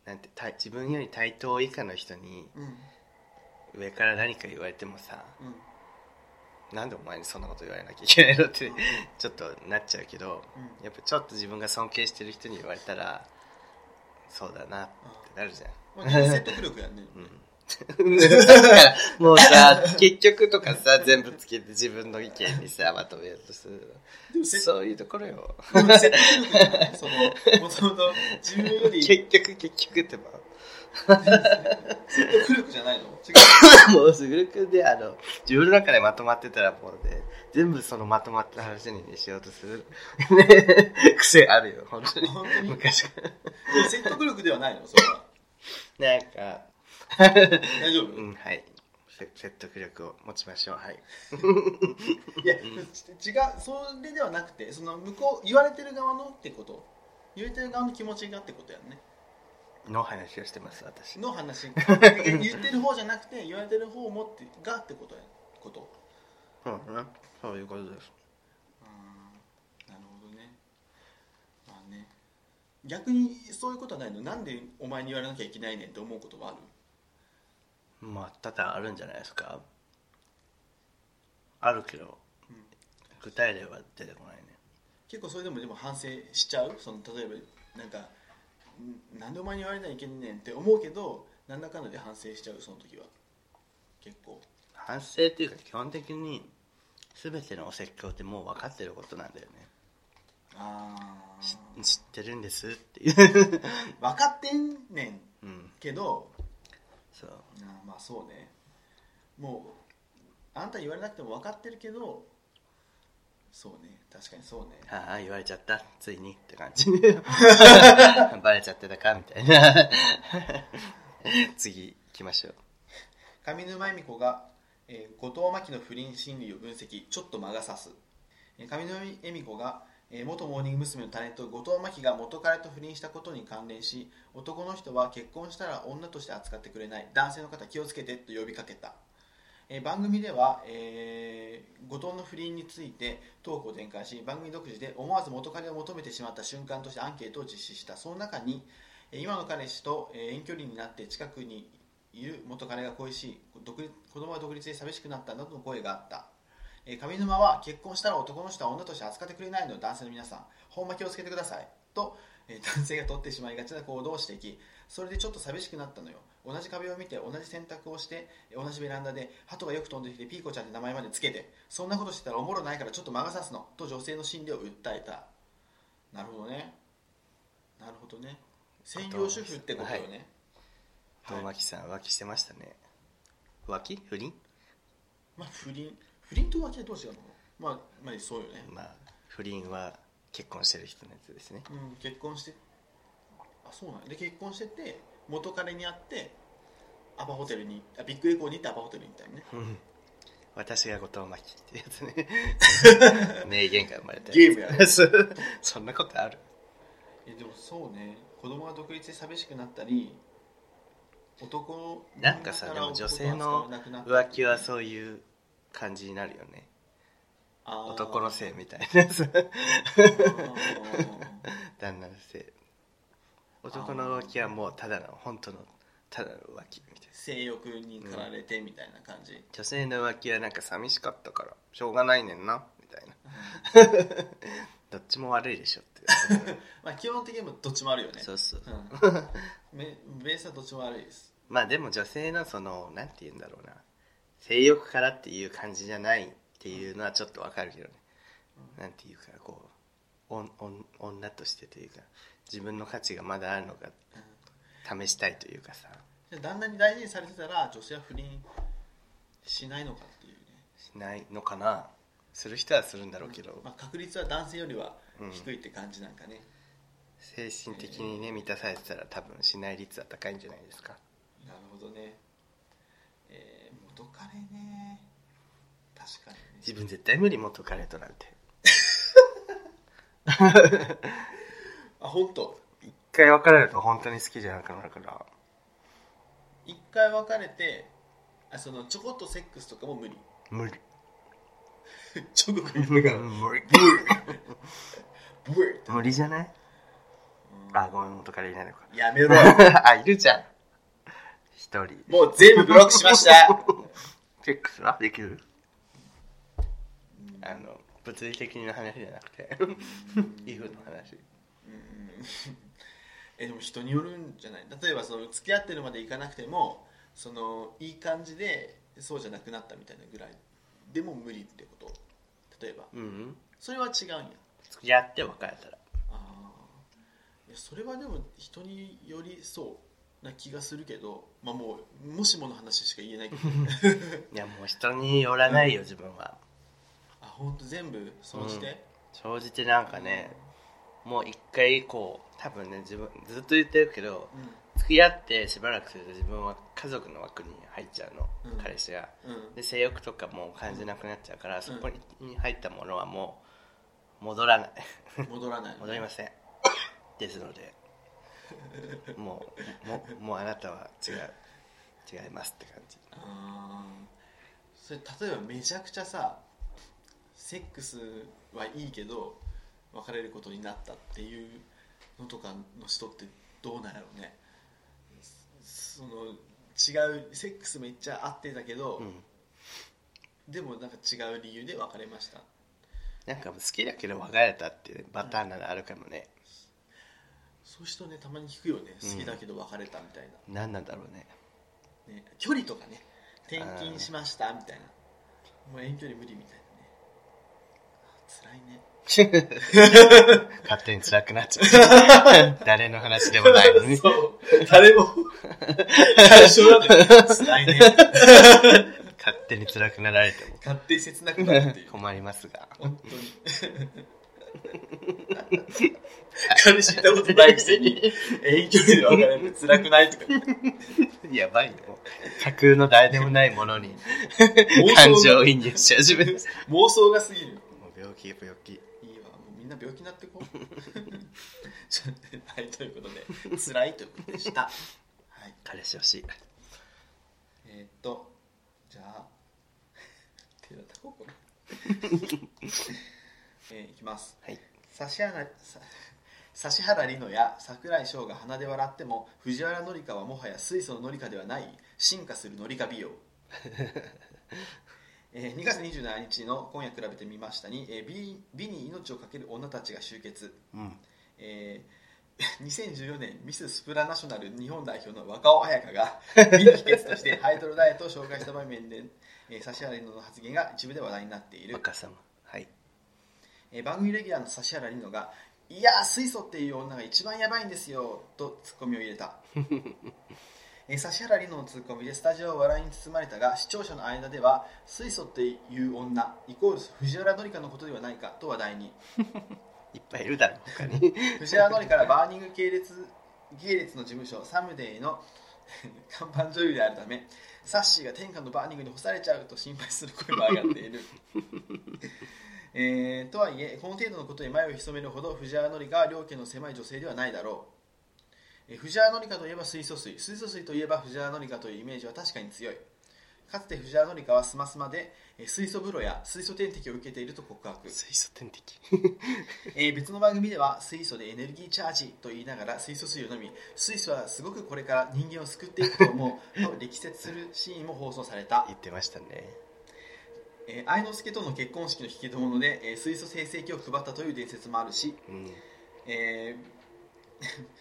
S2: なんて対自分より対等以下の人に
S1: うんうん
S2: 上から何か言われてもさなんでお前にそんなこと言われなきゃいけないのって ちょっとなっちゃうけど
S1: うん
S2: やっぱちょっと自分が尊敬してる人に言われたらそうだなってなるじゃん
S1: まあ、説得力やね
S2: うん、だからもうさ結局とかさ全部つけて自分の意見にさまとめようとする
S1: でも説
S2: そういうところよ
S1: でも説得力じゃないそのもともと自分より
S2: 結局結 局ってば
S1: 説得力じゃないの違う
S2: もうすぐるくんであの自分の中でまとまってたらもうね全部そのまとまった話に、ね、しようとする、 ね、癖あるよ本当に
S1: 本当に
S2: 昔から
S1: 説得力ではないのそれは
S2: なんか
S1: 大丈夫、
S2: うんはいせ説得力を持ちましょうはい
S1: いや、違うそれではなくてその向こう言われてる側のってこと言われてる側の気持ちがってことやんね
S2: の話をしてます私
S1: の話言ってる方じゃなくて言われてる方を持ってがってことやこと
S2: そうねそういうことです
S1: なるほどねまあね逆にそういうことはないのなんでお前に言われなきゃいけないねんって思うことはある
S2: まあ多々あるんじゃないですかあるけど、
S1: うん
S2: 具体例は出てこないね
S1: 結構それでもでも反省しちゃうその例えばなんかんなんでお前に言われなきゃいけないねんって思うけどなんだかんだで反省しちゃうその時は結構
S2: 反省っていうか基本的に全てのお説教ってもう分かってることなんだよね
S1: あ
S2: し知ってるんですっていう、
S1: 分かってんねん
S2: うん、
S1: けど
S2: そう
S1: あーまあそうねもうあんた言われなくても分かってるけどそうね確かにそうね
S2: ああ言われちゃったついにって感 じバレちゃってたかみたいな 次行きましょう
S1: 上沼恵美子が、えー後藤真希の不倫心理を分析ちょっと魔が差す、えー上沼恵美子が、えー元モーニング娘。のタレント後藤真希が元彼と不倫したことに関連し男の人は結婚したら女として扱ってくれない男性の方気をつけてと呼びかけた、えー番組では、えー後藤の不倫についてトークを展開し番組独自で思わず元彼を求めてしまった瞬間としてアンケートを実施したその中にえー今の彼氏とえー遠距離になって近くにいる元彼が恋しい独立子供が独立で寂しくなったなどの声があった、えー上沼は結婚したら男の人は女として扱ってくれないので男性の皆さんほんま気をつけてくださいと、えー男性が取ってしまいがちな行動を指摘それでちょっと寂しくなったのよ同じ壁を見て同じ選択をしてえー同じベランダで鳩がよく飛んできてピーコちゃんって名前までつけてそんなことしてたらおもろないからちょっと魔が差すのと女性の心理を訴えたなるほどねなるほどね専業主婦ってことよね、
S2: 堂脇さん浮気してましたね浮気不倫
S1: まあ不倫不倫と浮気はどう違うのまあまあそうよね、
S2: まあ不倫は結婚してる人のやつですね
S1: うん、結婚してあそうなんやで結婚してて元彼に会ってアパホテルにあビッグエコーに行ってアパホテルに行ったのね
S2: うん私が後藤真希ってやつね 名言が生まれた
S1: ゲームやね
S2: やつそんなことある
S1: えでもそうね子供が独立で寂しくなったり男
S2: なんかさでも女性の浮気はそういう感じになるよね男のせいみたいな さ
S1: たい
S2: 旦那のせい男の浮気はもうただの本当のただの浮気みたい な
S1: 性欲に駆られてみたいな感じ、
S2: 女性の浮気はなんか寂しかったからしょうがないねんなみたいな どっちも悪いでしょって
S1: まあ基本的にもどっちもあるよね
S2: そうそう
S1: うん、めベースはどっちも悪いです
S2: まあでも女性のそのなんて言うんだろうな性欲からっていう感じじゃないっていうのはちょっとわかるけどね、なんていうかこうおんおん女としてというか自分の価値がまだあるのか試したいというかさ
S1: じゃあ旦那に大事にされてたら女性は不倫しないのかっていうね、
S2: しないのかなする人はするんだろうけど、
S1: まあ、確率は男性よりは
S2: うん
S1: 低いって感じなんかね、
S2: 精神的にね満たされてたら多分しない率は高いんじゃないですか
S1: なるほどねえー、元彼ね確かにね
S2: 自分絶対無理元彼となんて
S1: あ本当
S2: 一回別れると本当に好きじゃなくなるから
S1: 一回別れてあそのちょこっとセックスとかも無理
S2: 無理
S1: 中国 に
S2: 無理
S1: ブーって、
S2: 無理じゃない
S1: うん
S2: あごめん元からいないのか
S1: やめろ
S2: あいるじゃん一人
S1: もう全部ブロックしました
S2: セックスはできるあの物理的な話じゃなくて イフの話
S1: えでも人によるんじゃない例えばその付き合ってるまでいかなくてもそのいい感じでそうじゃなくなったみたいなぐらいでも無理ってこと例えば
S2: うん
S1: それは違うんや
S2: 付き合って別れたら
S1: あーいやそれはでも人によりそうな気がするけどまあもうもしもの話しか言えない けど
S2: いやもう人によらないよ自分は
S1: あ本当全部総じて、
S2: 正直なんかねもう一回こう多分ね自分ずっと言ってるけど
S1: う
S2: 付き合ってしばらくすると自分は家族の枠に入っちゃうの、
S1: うん
S2: 彼氏が
S1: んうん
S2: で性欲とかもう感じなくなっちゃうから、そこに入ったものはもう戻らない
S1: 戻らない
S2: 戻り ませんですのでもうももうあなたは違う違いますって感じ
S1: あーそれ例えばめちゃくちゃさセックスはいいけど別れることになったっていうのとかの人ってどうなんやろうねそその違うセックスめっちゃ合ってたけど、
S2: うん
S1: でもなんか違う理由で別れました
S2: なんか好きだけど別れたっていうパターンならあるかもね、
S1: そういう人ねたまに聞くよね
S2: うん
S1: 好きだけど別れたみたい
S2: 何なんだろ うね
S1: な、ね、距離とかね転勤しましたみたいなもう遠距離無理みたいなねあ辛いね
S2: 勝手に辛くなっち ゃう誰の話でもないのに
S1: そう。誰も、最初なんだつらいね。
S2: 勝手に辛くなられても
S1: 勝手に切なくなるっていう。
S2: 困りますが
S1: 本当に。彼氏いたことないくせに、遠距離で別れるの辛くないとか、
S2: やばいよ架空の誰でもないもの に感
S1: 妄想
S2: 情
S1: が
S2: 移入し始める
S1: 妄想が過ぎる。
S2: もう病気病気
S1: いいわ、もうみんな病気になってこう。はい、ということで、辛いということでした。はい、
S2: 彼氏欲しい
S1: えー、っと、じゃあ、手叩こうかな。えー、いきます。
S2: はい
S1: 指原さ指原莉乃や桜井翔が鼻で笑っても藤原紀香はもはや水素の紀香ではない進化する紀香美容えー2月27日の「今夜比べてみましたに」えー美美に命を懸ける女たちが集結、
S2: うん
S1: えー 2014年ミススプラナショナル日本代表の若尾彩香が美の秘訣としてハイドロダイエットを紹介した場面で、えー指原莉乃の発言が一部で話題になっている
S2: 若様はい
S1: えー番組レギュラーの指原莉乃が「いやー水素っていう女が一番やばいんですよ」とツッコミを入れたえー指原莉乃のツッコミでスタジオは笑いに包まれたが視聴者の間では「水素っていう女イコール藤原紀香のことではないか」と話題に
S2: いっぱいいるだろ他に
S1: 藤原紀香らバーニング系列系列の事務所サムデイの 看板女優であるためサッシーが天下のバーニングに干されちゃうと心配する声も上がっている、 えーとはいえこの程度のことに前を潜めるほど藤原紀香は両家の狭い女性ではないだろう、えー藤原紀香といえば水素水水素水といえば藤原紀香というイメージは確かに強いかつて藤原紀香はスマスマでえー水素風呂や水素点滴を受けていると告白
S2: 水素点滴
S1: えー別の番組では水素でエネルギーチャージと言いながら水素水を飲み水素はすごくこれから人間を救っていくと思うと力説するシーンも放送された、
S2: 言ってましたね
S1: えー愛之助との結婚式の引き出物で、えー水素生成器を配ったという伝説もあるし、
S2: うん
S1: えー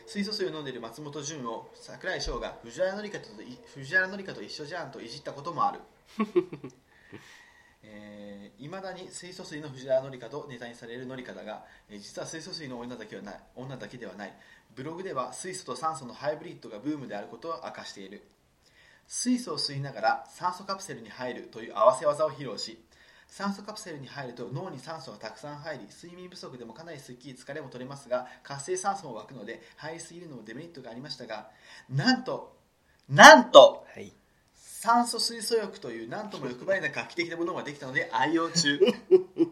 S1: 水素水を飲んでいる松本潤を桜井翔が藤原紀香とい藤原紀香と一緒じゃんといじったこともあるえーいま、だに水素水の藤原紀香とネタにされる紀香だが、えー実は水素水の女だけはない女だけではないブログでは水素と酸素のハイブリッドがブームであることを明かしている水素を吸いながら酸素カプセルに入るという合わせ技を披露し酸素カプセルに入ると脳に酸素がたくさん入り睡眠不足でもかなりすっきり疲れも取れますが活性酸素も湧くので入りすぎるのもデメリットがありましたがなんとなんと
S2: はい
S1: 酸素水素浴というなんとも欲張りな画期的なものができたので愛用 中と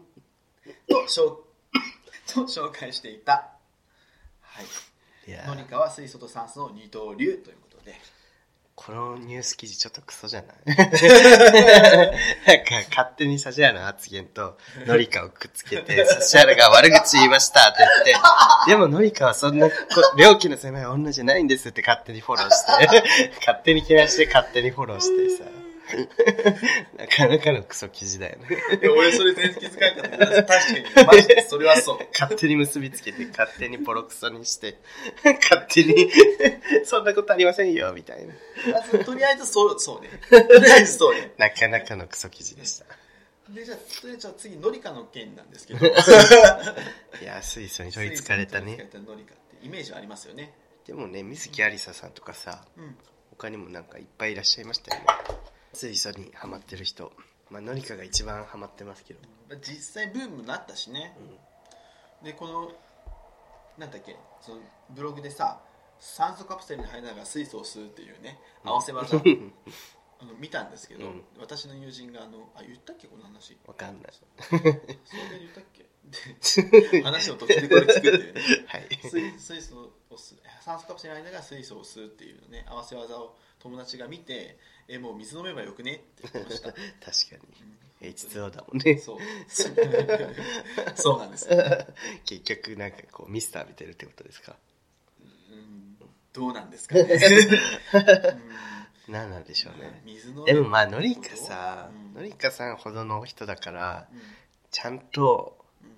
S1: 紹と紹介していた、はい
S2: いや
S1: ノニカは水素と酸素の二刀流ということで
S2: このニュース記事ちょっとクソじゃない なんか勝手に指原の発言とノリカをくっつけて、指原が悪口言いましたって言って、でもノリカはそんなこ、料金の狭い女じゃないんですって勝手にフォローして、勝手にけなして勝手にフォローしてさ、なかなかのクソ記事だよね。
S1: いや 俺それ全然気づかなかった確かにマジでそれはそう
S2: 勝手に結びつけて、勝手にボロクソにして、勝手に、 そんなことありませんよ、みたいな。
S1: まずとりあえずそうそうねとりあえずそうね
S2: なかなかのクソ記事でした。
S1: でじゃあとりあえずじゃあ次ノリカの件なんですけ ど
S2: いや、水素に取りつかれた
S1: つい
S2: ね。
S1: ついノリカってイメージはありますよね
S2: でもね、水木有沙さんとかさ、
S1: うん
S2: 他にもなんかいっぱいいらっしゃいましたよね。水素にハマってる人。まあ、のりかが一番ハマってますけど。
S1: まあ実際ブームになったしねでこのなんだっけそのブログでさ酸素カプセルに入りながら水素を吸うっていうね合わせ 技、
S2: うん。
S1: あの見たんですけど、
S2: うん
S1: 私の友人があのあ言ったっけこの 話
S2: わ かんない
S1: そんなに言ったっけで話の途中でこれ聞くっていうね
S2: はい。
S1: 水水素を吸う酸素カプセルの間が水素を吸うっていうね合わせ技を友達が見てえもう水飲めばよくねって言ってました
S2: 確かに。H2O だもん ね。
S1: そう そうなんですよ、
S2: 結局、なんかこう、ミスター見てるってことですか。
S1: うん、どうなんです かね、
S2: なんなんでしょ
S1: う
S2: うんね。
S1: 水の
S2: でもまあ、のりかさ
S1: うん、
S2: のりかさんほどの人だから、
S1: うん
S2: ちゃんと
S1: うん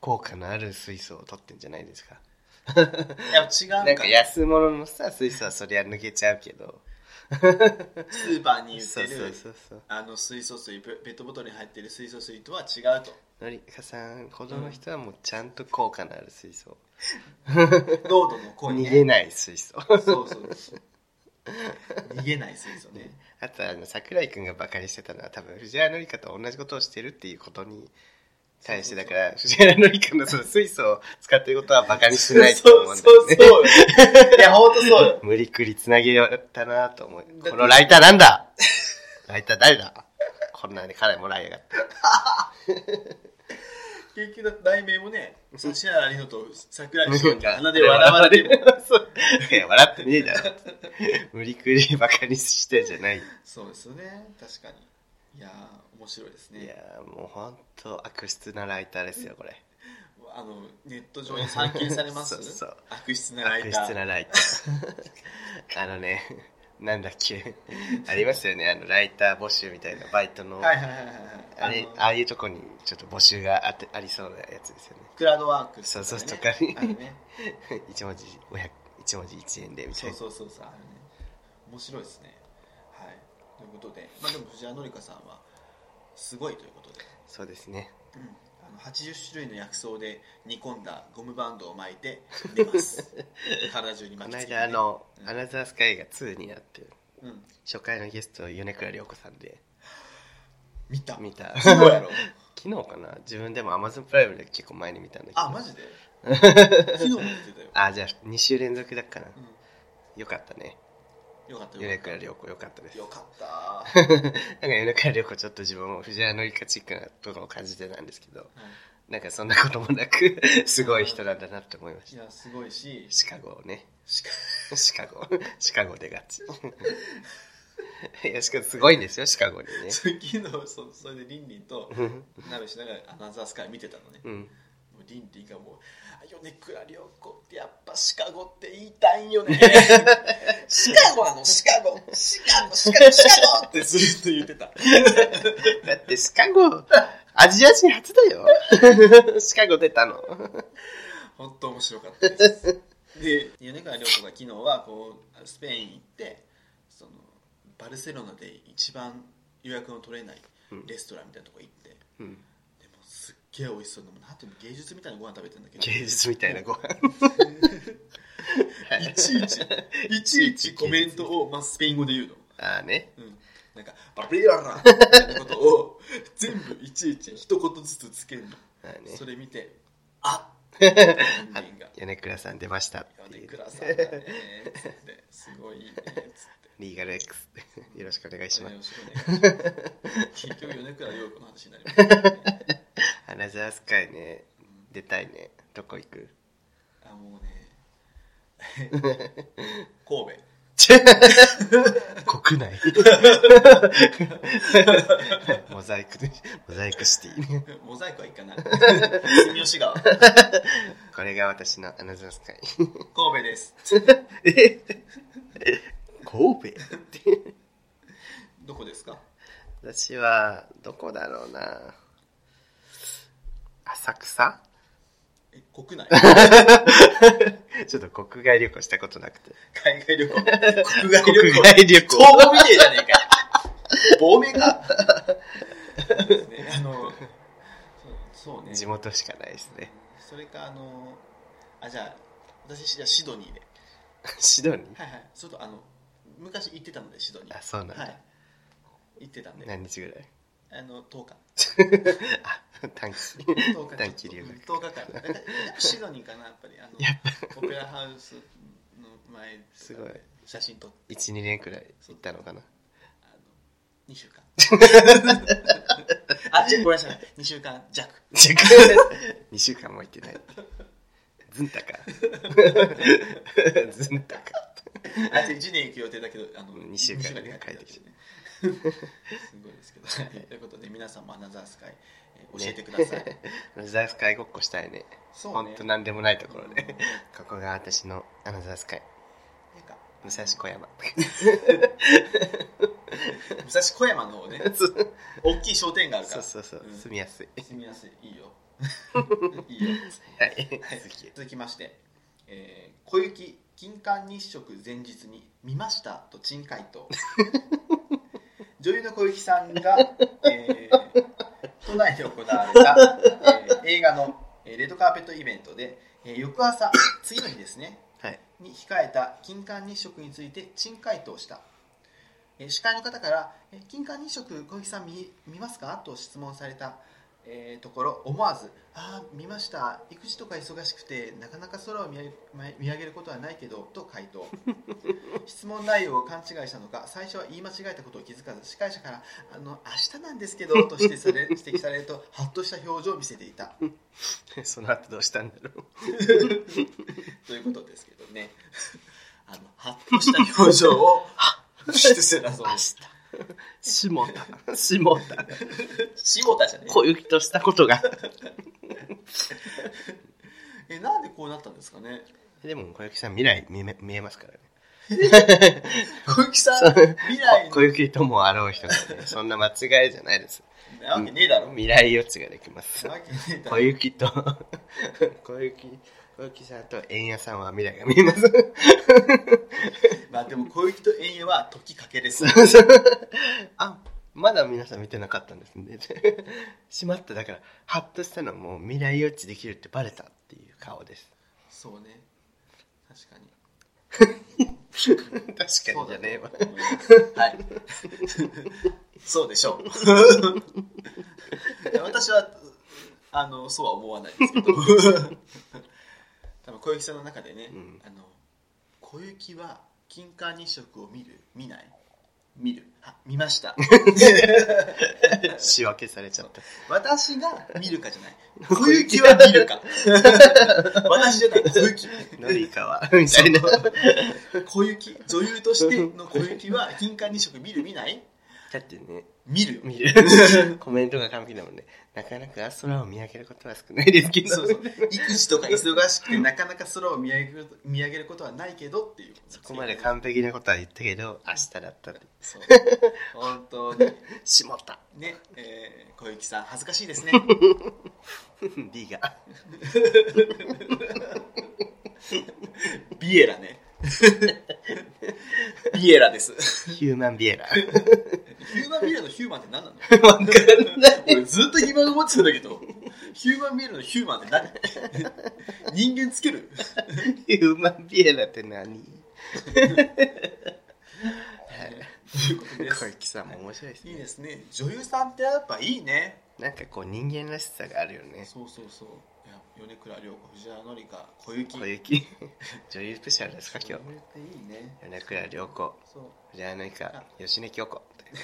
S2: 効果のある水素を取ってんじゃないですか。
S1: いや違うんだ
S2: なんか安物のさ、水素はそりゃ抜けちゃうけど。
S1: スーパーに売って
S2: そう
S1: る
S2: そうそうそう。
S1: あの水素水ペペットボトルに入ってる水素水とは違う と
S2: のりかさんほどの人はもうちゃんと効果のある水素。
S1: 濃度の濃い、ね、
S2: 逃げない水素。
S1: そう そう逃げない水素ね
S2: あとあの、桜井くんがバカにしてたのは多分藤原のりかと同じことをしてるっていうことに対して、だから藤原のりかのその水素を使ってることはバカにしないと思うんだよね。
S1: そうそうそういや本当そう よ
S2: 無理くりつなげよったなと思う。このライターなんだライター誰だこんなに彼もらいやがって。
S1: 結局だって題名もね指原莉乃と桜 井
S2: そう
S1: 翔
S2: か
S1: が鼻で笑われても
S2: そういや笑ってねえだろ。無理くりバカにしてんじゃない。い
S1: そうですよね確かにいやー面白いですね
S2: やーもうほんと悪質なライターですよ、これ。
S1: あのネット上に散見されます
S2: そうそう
S1: 悪質なライ
S2: 悪
S1: ター
S2: 質なライター。 あのね、なんだっけ。ありますよね、あのライター募集みたいなバイトの。
S1: はいはいはいはい
S2: あ
S1: はい
S2: れ
S1: の
S2: ああいうとこにちょっと募集があってありそうなやつですよ
S1: クラウドワークス
S2: そうそうとかに
S1: あるね
S2: ね。1文字500、1文字1円でみた
S1: そ
S2: いうな。
S1: そうそうそうあるね面白いですねはいということでまあでも藤原紀香さんはすごいということで、
S2: そうですね。
S1: うん、あの80種類の薬草で煮込んだゴムバンドを巻いて出ます 体中に
S2: こ
S1: 巻
S2: の
S1: きつけて、
S2: 間あの、
S1: うん
S2: アナザースカイが2になってる。
S1: うん、
S2: 初回のゲスト米倉涼子さんで
S1: 見た
S2: 見 た
S1: すごいやろ
S2: 昨日かな自分でも Amazon プライムで結構前に見たんだけど
S1: あマジで昨日も見てたよ、
S2: あじゃあ2週連続だから
S1: う
S2: よかったね
S1: ん、よかった
S2: 米
S1: よかっ
S2: 倉涼子よかったです
S1: たよ
S2: なんか
S1: かった、はい
S2: 米倉涼子ちょっと自分も藤原紀香チックなところを感じてたんですけどなんかそんなこともな くすごい人なんだなって思いまし
S1: い
S2: た
S1: やすごいし
S2: シカゴをね
S1: しか
S2: シカゴシカゴでがちいやしかもすごいんですよシカゴに
S1: 昨日そそれでリンリンと
S2: ね
S1: 鍋しながらアナザースカイ見てたのね
S2: うん
S1: もうリンリンがもうあ「米倉涼子ってやっぱシカゴって言いたいんよ ね」「シカゴなのシカゴシカゴシカゴシカゴ」ってずっと言ってた
S2: だってシカゴ、アジア人初だ よ。シカゴ出たの。
S1: 本当面白かったですで米倉涼子が昨日はこうスペイン行ってそのバルセロナで一番予約の取れないレストランみたいなとこ行って、
S2: うん
S1: でもすっげえ美味しそうなもうなんていうの芸術みたいなご飯食べてんだけど
S2: 芸術みたいなご飯。
S1: いちいちいちいちコメントを、まあ、スペイン語で言うの
S2: ああね。
S1: うんなんか、バリララみたいなことを全部いちいち一言ずつつけるの。
S2: ああね
S1: そ。れ見て、あっ人間が、
S2: 米倉さん出ましたって
S1: 米
S2: いう。
S1: 倉さんだねっつって、すごいいいねっつって。
S2: リーガル X。よ ろしくお願いします。
S1: 結局米倉陽子の話になりましたね、
S2: アナザースカイね。出たいね。どこ行く
S1: あもうね神戸
S2: 国内 モザイクでモザイクシティ
S1: モザイクはいいかな住吉川神
S2: これが私のアナザース カイ
S1: 戸です
S2: え神戸
S1: どこですか
S2: 私はどこだろうな浅草
S1: え国内
S2: ちょっと国外旅行したことなくて
S1: 海外 旅行国外旅
S2: 国
S1: 行
S2: 外旅行
S1: 遠見ねえじゃねえか亡命かですねあのそうそうね
S2: 地元しかないですね
S1: それかあのあじゃあ私じゃあシドニーで
S2: シドニー
S1: はいはいそれとあの昔行ってたのでシドニー
S2: あそうなんだ、
S1: はい行ってたんで
S2: 何日ぐらい
S1: あの10日
S2: あ短期
S1: 10日
S2: 短期留学
S1: 10日間だからやっぱシドニーかなやっぱりあの
S2: やっぱ
S1: オペラハウスの前
S2: すごい
S1: 写真撮って
S2: 12年くらい行ったのかな
S1: あの2週間あじゃごめんなさい2週間弱
S2: 2週間も行ってないずんたか ずんたか
S1: あじゃ1年行く予定だけどあの
S2: 二週間
S1: 二
S2: で帰ってきて
S1: ね すごいですけど、はいということで皆さんもアナザースカイ、えー教えてください、
S2: アナザースカイごっこしたいね
S1: そう
S2: ほん
S1: ね
S2: と何でもないところ
S1: うん
S2: でここが私のアナザースカイ
S1: なんか
S2: 武蔵小山
S1: 武蔵小山の方ね
S2: そう
S1: 大きい商店があるか
S2: そう
S1: ら
S2: そうそう
S1: うん
S2: 住みやすい
S1: 住みやすいいい よいいよ
S2: はい
S1: はい
S2: 次
S1: 続きまして、えー小雪金環日食前日に見ましたと珍回 答女優の小雪さんが、えー都内で行われた、えー映画のえーレッドカーペットイベントで、えー翌朝次の日ですね
S2: はい
S1: に控えた金環日食について珍回答した、えー司会の方から「えー金環日食小池さん見見ますか?」と質問された、えーところ思わず「ああ見ました育児とか忙しくてなかなか空を見上げ見上げることはないけど」と回答 質問内容を勘違いしたのか最初は言い間違えたことを気づかず司会者から「あの明日なんですけど」と指摘され指摘されるとハッとした表情を見せていた
S2: その後どうしたんだろう
S1: ということですけどね あのハッとした表情をしてせなそうです
S2: 下田下田
S1: 下田じゃね
S2: 小雪としたことが
S1: えなんでこうなったんですかね
S2: でも小雪さん未来見え見えますからね
S1: 小雪さん未来
S2: 小雪ともあろう人がねそんな間違いじゃないです
S1: なわけねえだろ
S2: 未来予知ができます
S1: なわけねえだ
S2: 小
S1: ろ
S2: 雪と小雪小雪さんと円谷さんは未来が見えます
S1: まあでも小雪と遠泳は時かけです
S2: あまだ皆さん見てなかったんですね しまっただからハッとしたのはもう未来予知できるってバレたっていう顔です
S1: そうね確かに
S2: 確かにじゃねえわ
S1: そうだと思いますはいそうでし ょう私はあのそうは思わないです けど多分小雪さんの中でね、
S2: うん
S1: あの小雪は金環日食を見る見ない見るあ見ました
S2: 仕分けされちゃった
S1: 私が見るかじゃない 小雪は見るか私じゃない小雪
S2: ノリカは みたいなだ
S1: 小雪女優としての小雪は金環日食見る見ない
S2: ってね
S1: 見る
S2: 見 るコメントが完璧だもんねなかなか空を見上げることは少ないですけど
S1: そうそう育児とか忙しくてなかなか空を見上げる見上げることはないけどっていう
S2: そこまで完璧なことは言ったけど明日だったって
S1: そう本当に
S2: しまった
S1: ね、えー小雪さん恥ずかしいですね
S2: D が
S1: ビエラ ねビエラです
S2: ヒューマンビエラ
S1: ヒューマンビエラのヒューマンって何なの
S2: わかんない
S1: 俺ずっと疑問に思ってたんだけどヒューマンビエラのヒューマンって何人間つける
S2: ヒューマンビエラって何
S1: ということで
S2: 小
S1: す
S2: 雪さんも面白いです
S1: いい
S2: ね
S1: ですね女優さんってやっぱいいね
S2: なんかこう人間らしさがあるよね
S1: そうそうそういや米倉涼子藤原紀香小雪
S2: 小雪 女優スペシャルですか今日
S1: それっていいね
S2: 米倉涼子
S1: そ
S2: 藤原紀香芳根京子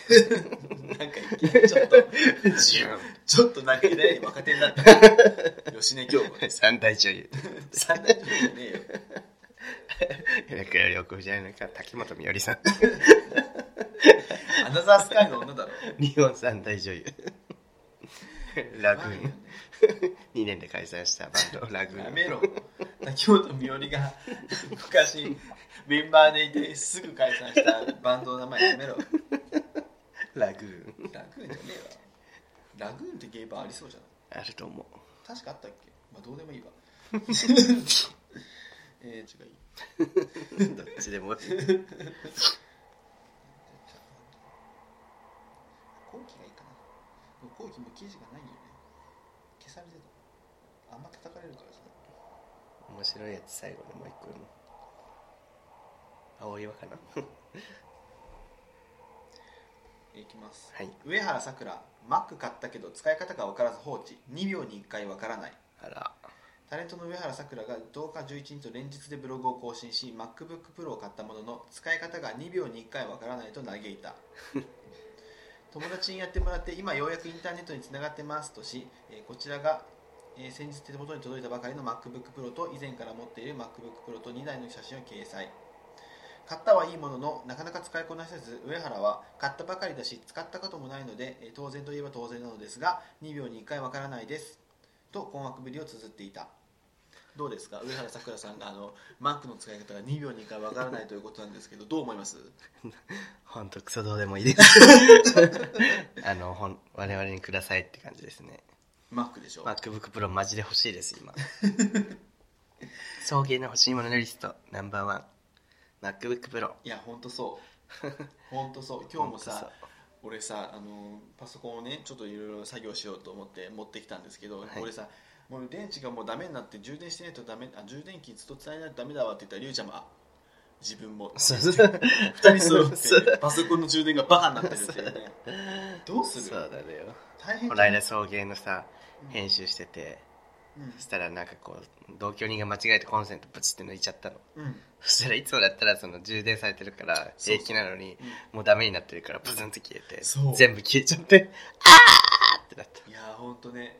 S1: うなんかいきなりちょっと
S2: ジ ュ
S1: ちょっとなんかいきなり若手になったね吉根京子
S2: ン 三大女優
S1: 三大女優じゃねえよ
S2: だからよくじゃないか滝本美織さん
S1: アナザースカイの女だろ
S2: 日本三大女優 ラグーン2年で解散したバンドラグ
S1: や
S2: ーン
S1: めろ滝本美織が昔メンバーでいてすぐ解散したバンドの名前やめろ
S2: ラグーン
S1: ラグーンじゃねえわラグーンってゲーバーありそうじゃない
S2: あると思う
S1: 確かあったっけまあどうでもいいわえー、違う
S2: どっちでもいい
S1: 後期がいいかなでも後期も記事がないよね消されてたあんま叩かれるからさ
S2: 面白いやつ最後にもう一個読む青岩かな
S1: いきます
S2: はい
S1: 上原さくらマック買ったけど使い方が分からず放置2秒に1回分からない
S2: あら
S1: タレントの上原さくらが10日11日と連日でブログを更新し MacBookPro を買ったものの使い方が2秒に1回わからないと嘆いた友達にやってもらって今ようやくインターネットにつながってますとし、えーこちらが、えー先日手元に届いたばかりの MacBookPro と以前から持っている MacBookPro と2台の写真を掲載買ったはいいもののなかなか使いこなせず上原は買ったばかりだし使ったこともないのでえー当然といえば当然なのですが2秒に1回わからないですと困惑ぶりを綴っていたどうですか上原さくらさんがあの Mac の使い方が2秒に1回わからないということなんですけどどう思います
S2: ほんとクソどうでもいいです あのほん我々にくださいって感じですね
S1: Mac でしょ、
S2: MacBookPro マジで欲しいです 今送迎の欲しいもののリストナンバーワン MacBookPro
S1: いやほんとそうほんと そう今日も
S2: ほんと
S1: さ俺さあのパソコンをねちょっといろいろ作業しようと思って持ってきたんですけど、
S2: い
S1: 俺さもう電池がもうダメになって充電してないとダメあ充電器ずっと伝えないとダメだわって言ったらりゅうちゃんもあ自分 も
S2: そうそうそう
S1: 2人揃
S2: そ
S1: っ
S2: う
S1: てパソコンの充電がバカになってるって いうねどうす
S2: そう
S1: る
S2: だねよ
S1: 大変
S2: こ
S1: じ
S2: の
S1: ゃん
S2: 間送迎のさ編集しててそしたらなんかこう同居人が間違えてコンセントブチって抜いちゃったの
S1: うん、うん
S2: そしたらいつもだったらその充電されてるから
S1: そうそう
S2: 平気なのに
S1: うん
S2: もうダメになってるからブズンって消えて
S1: そう
S2: 全部消えちゃってあーってなった
S1: いやーほんとね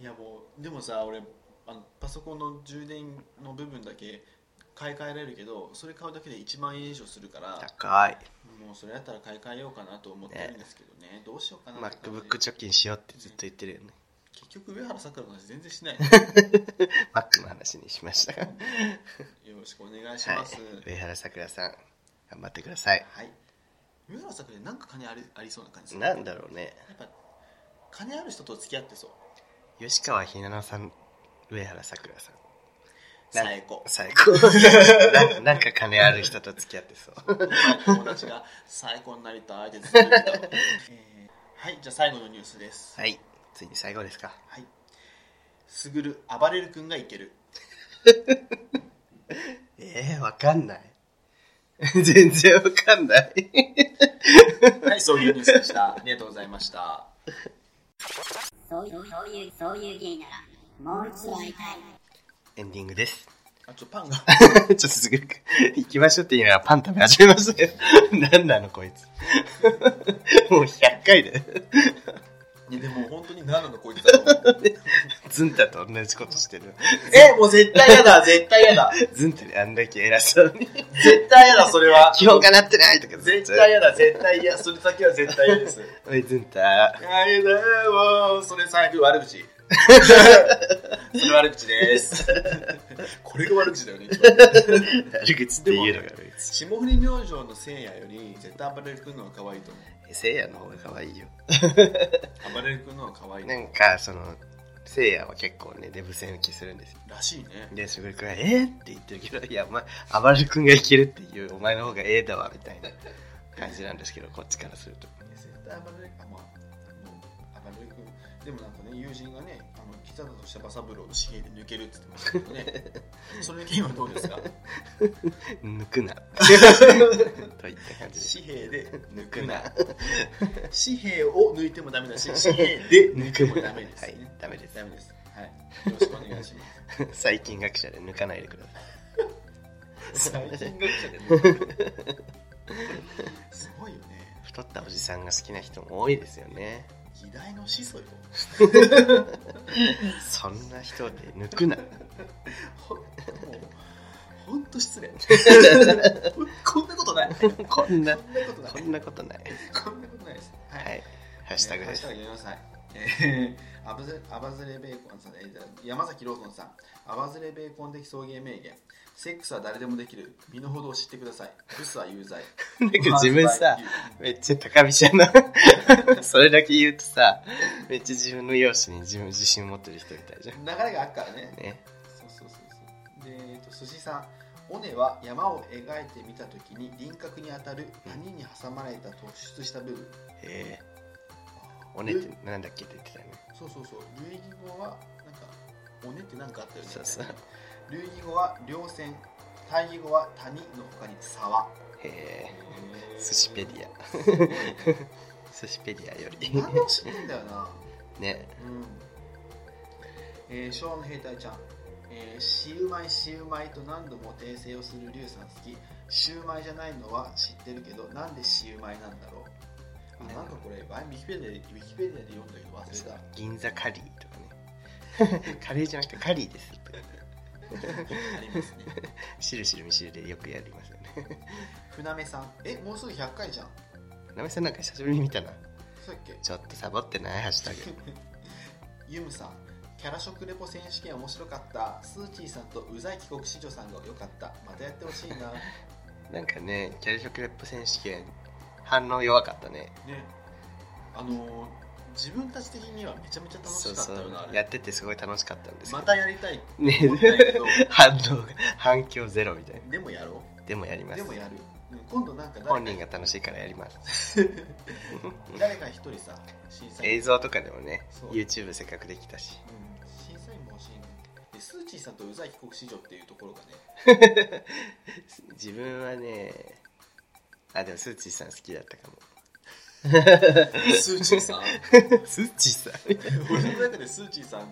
S1: いやもうでもさ俺あのパソコンの充電の部分だけ買い替えられるけどそれ買うだけで1万円以上するから
S2: 高い
S1: もうそれだったら買い替えようかなと思ってるんですけどねどうしようかなって感じ
S2: MacBook 貯金しようってずっと言ってるよね
S1: 結局上原さくらの話全然しない
S2: Mac の話にしました
S1: よろしくお願いし
S2: は
S1: ます
S2: い、上原さくらさん頑張ってください
S1: はい上原さくらなんか金ありありそうな感じするや
S2: な
S1: っ
S2: んだろうね
S1: ぱ金ある人と付き合ってそう
S2: 吉川ひなのさん上原さくらさんなん
S1: 最高
S2: 最高ななんか金ある人と付き合ってそう
S1: 友達が最高になりたいってず っと言ってたわ、えーはいじゃあ最後のニュースです
S2: はいついに最後ですか
S1: はい。すぐる、暴れる君がいける。
S2: えー、わかんない全然わかんない
S1: はい、そういうニュースで した。ありがとうございました。
S3: そういう、そういう、そういう芸なら、もう一度会いたい。
S2: エンディングです
S1: あ、ちょ、 パンが。
S2: ちょっとすぐ行きましょうって言いながらパン食べ始めましたよ なんなのこいつ もう100回で
S1: いや、でも本当に何なのこいつだと思う。
S2: ズンタと同じことしてる
S1: え、もう絶対やだ、絶対やだ。
S2: ズンタであんだけ偉そうに
S1: 絶対やだ、それ は。
S2: 基本がなってないとか
S1: 絶対やだ、絶対嫌。それだけは絶対嫌です。
S2: おいズンタ
S1: あれだよ、もう、それ最悪悪 口。それ悪口です。 これが悪口だよね、一番
S2: 悪口って言うのが悪口
S1: 霜降り明星のせいやより、絶対暴れる君の方が可愛いと思
S2: せいやの方が可愛いよ
S1: う。暴れる君の方が可愛い。
S2: なんかそのせいやは結構ねデブ戦受けするんですよ
S1: らしいね。
S2: でしぐるくんが「えーって言ってるけど「いやお前あばれるくんがいけるっていうお前の方がええだわ」みたいな感じなんですけどこっちからすると
S1: 絶対暴れるかまあ暴れる君でもなんかね友人がねあの北里としたバサブローの資源で抜けるって言ってましたけどね それの件はどうですか
S2: 「抜 くな」といった感じです
S1: 紙幣で抜くな 紙幣を抜いてもダメだし紙幣で抜いてもダメです、ね、
S2: はいダメです
S1: ダメですはいよろしくお願いします
S2: 最近学者で抜かないでください
S1: 最近学者で抜くすごいよね
S2: 太ったおじさんが好きな人も多いですよね
S1: 議題の始祖よ
S2: そんな人で抜くな
S1: ほんともう本当失礼 こんなことない
S2: こんな、
S1: こんなことない
S2: こんなことない。
S1: こんなことないですはい
S2: はい。ハッシュタグです。
S1: ハッシュタグやめなさい。えー、アバズアバズレベーコンさん、えーじゃあ山崎ローソンさん、アバズレベーコン的送迎名言、セックスは誰でもできる、身の程を知ってください、ブスは有罪。
S2: なんか自分さ、めっちゃ高飛車な それだけ言うとさめっちゃ自分の容姿に自分自信持ってる人みたいじゃん
S1: 流れがあるからね。
S2: ね
S1: そうそうそうそう。で、えっと、寿司さん、尾根は山を描いてみたときに輪郭に当たる谷に挟まれた突出した部分。
S2: えー、おねってなんだっけって言ってたね
S1: そうそうそう、類義語は、なんか、おねってなんかあったよね。
S2: そうそう
S1: 類義語は稜線、対義語は谷の他に沢。
S2: へえ
S1: へー
S2: 寿司ペディア
S1: すごいね
S2: 寿司ペディアより
S1: 何でも知ってんだよな。
S2: ね
S1: うん。えー、昭和の兵隊ちゃん。えー、シウマイシウマイと何度も訂正をするリュウさん好き。シウマイじゃないのは知ってるけど、なんでシウマイなんだろう。あなんかこれ、前ウィキペディアで、ウィキペディアで読んだけど忘れた。
S2: 銀座カリーとかね カレーじゃなくてカリーですとか
S1: ありますね。
S2: しるしるみしるでよくやりますよね
S1: 船目さん。え、もうすぐ100回じゃん。
S2: なめさんなんか久しぶりに見たな
S1: そうだっけ
S2: ちょっとサボってないハッシュタグ
S1: ユムさん、キャラ食レポ選手権面白かった、スーチーさんとうざい帰国子女さんが良かった、またやってほ しいな。
S2: なんかねキャリ食レップ選手権反応弱かったね
S1: ね、あのー自分たち的にはめちゃめちゃ楽
S2: そ
S1: し
S2: う
S1: かった
S2: そ
S1: よな、
S2: う
S1: あ
S2: や
S1: れ
S2: っててすごい楽しかったんですけど
S1: またやりたいって
S2: ね
S1: 思ったんやけど、
S2: 反応が反響ゼロみたいな
S1: でもやろ
S2: でもやり
S1: う、
S2: ます
S1: でもやる。うん今度なんか
S2: 本
S1: 誰
S2: 人
S1: か
S2: が楽しいからやります
S1: 誰か一人さ、審査員、
S2: 映像とかでもね
S1: そう
S2: YouTube せっかくできたし
S1: うん、審査員も欲しいねでスーチーさんとうざい帰国子女っていうところが ね、
S2: 自分はねあでもスーチーさん好きだったかも
S1: スーチーさん
S2: スーチーさん
S1: 俺の中でスーチーさんあ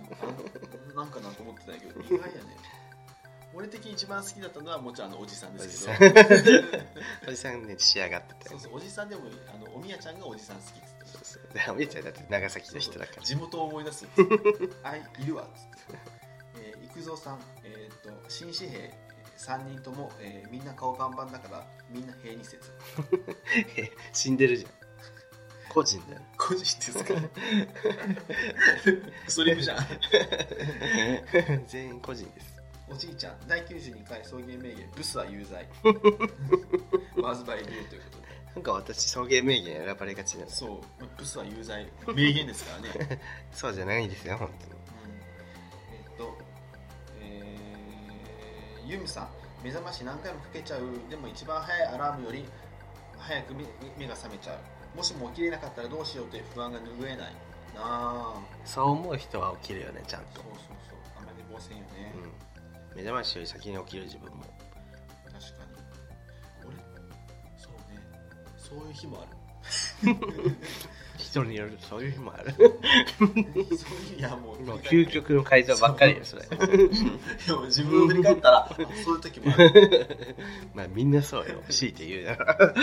S1: のなんかなと思ってたんやけど意外やね俺的に一番好きだったのはもちろんあのおじさんですけど
S2: おじさんね仕上がって
S1: そ
S2: た
S1: う
S2: よ
S1: そうおじさんでもあのおみやちゃんがおじさん好きっつって
S2: そうそうでおみちゃんだって長崎の人だから
S1: 地元を思い出すっつってあいいるわっつって、えー、育三さん、えー、と新紙幣3人とも、えーみんな顔パンパンだからみんな平二説
S2: 死んでるじゃん個人だよ
S1: 個人です からストリームじゃん
S2: 全員個人です
S1: おじいちゃん第92回送迎名言ブスは有罪ワーズバイリューということで
S2: なんか私送迎名言選ばれがちなんです
S1: そう、まあブスは有罪、名言ですからね。うん、え
S2: そうじゃないですよ本当に
S1: っと、えー、ユムさん、目覚まし何回もかけちゃう、でも一番早いアラームより早く目目が覚めちゃう。もしも起きれなかったらどうしようという不安が拭えない。なあ、
S2: そう思う人は起きるよねちゃん
S1: そ
S2: と
S1: う、そうそう、あんまり寝坊せんよね、
S2: うん、目覚ましより先に起きる自分も
S1: 確かに。俺、そうね、そういう日もある。
S2: 人によるそういう日もある
S1: そういう、いやもう、
S2: もう究極の改造ばっかりよそれ
S1: でも自分を振り返ったら、あそういう時もある。
S2: まあみんなそうよ強いて言うなら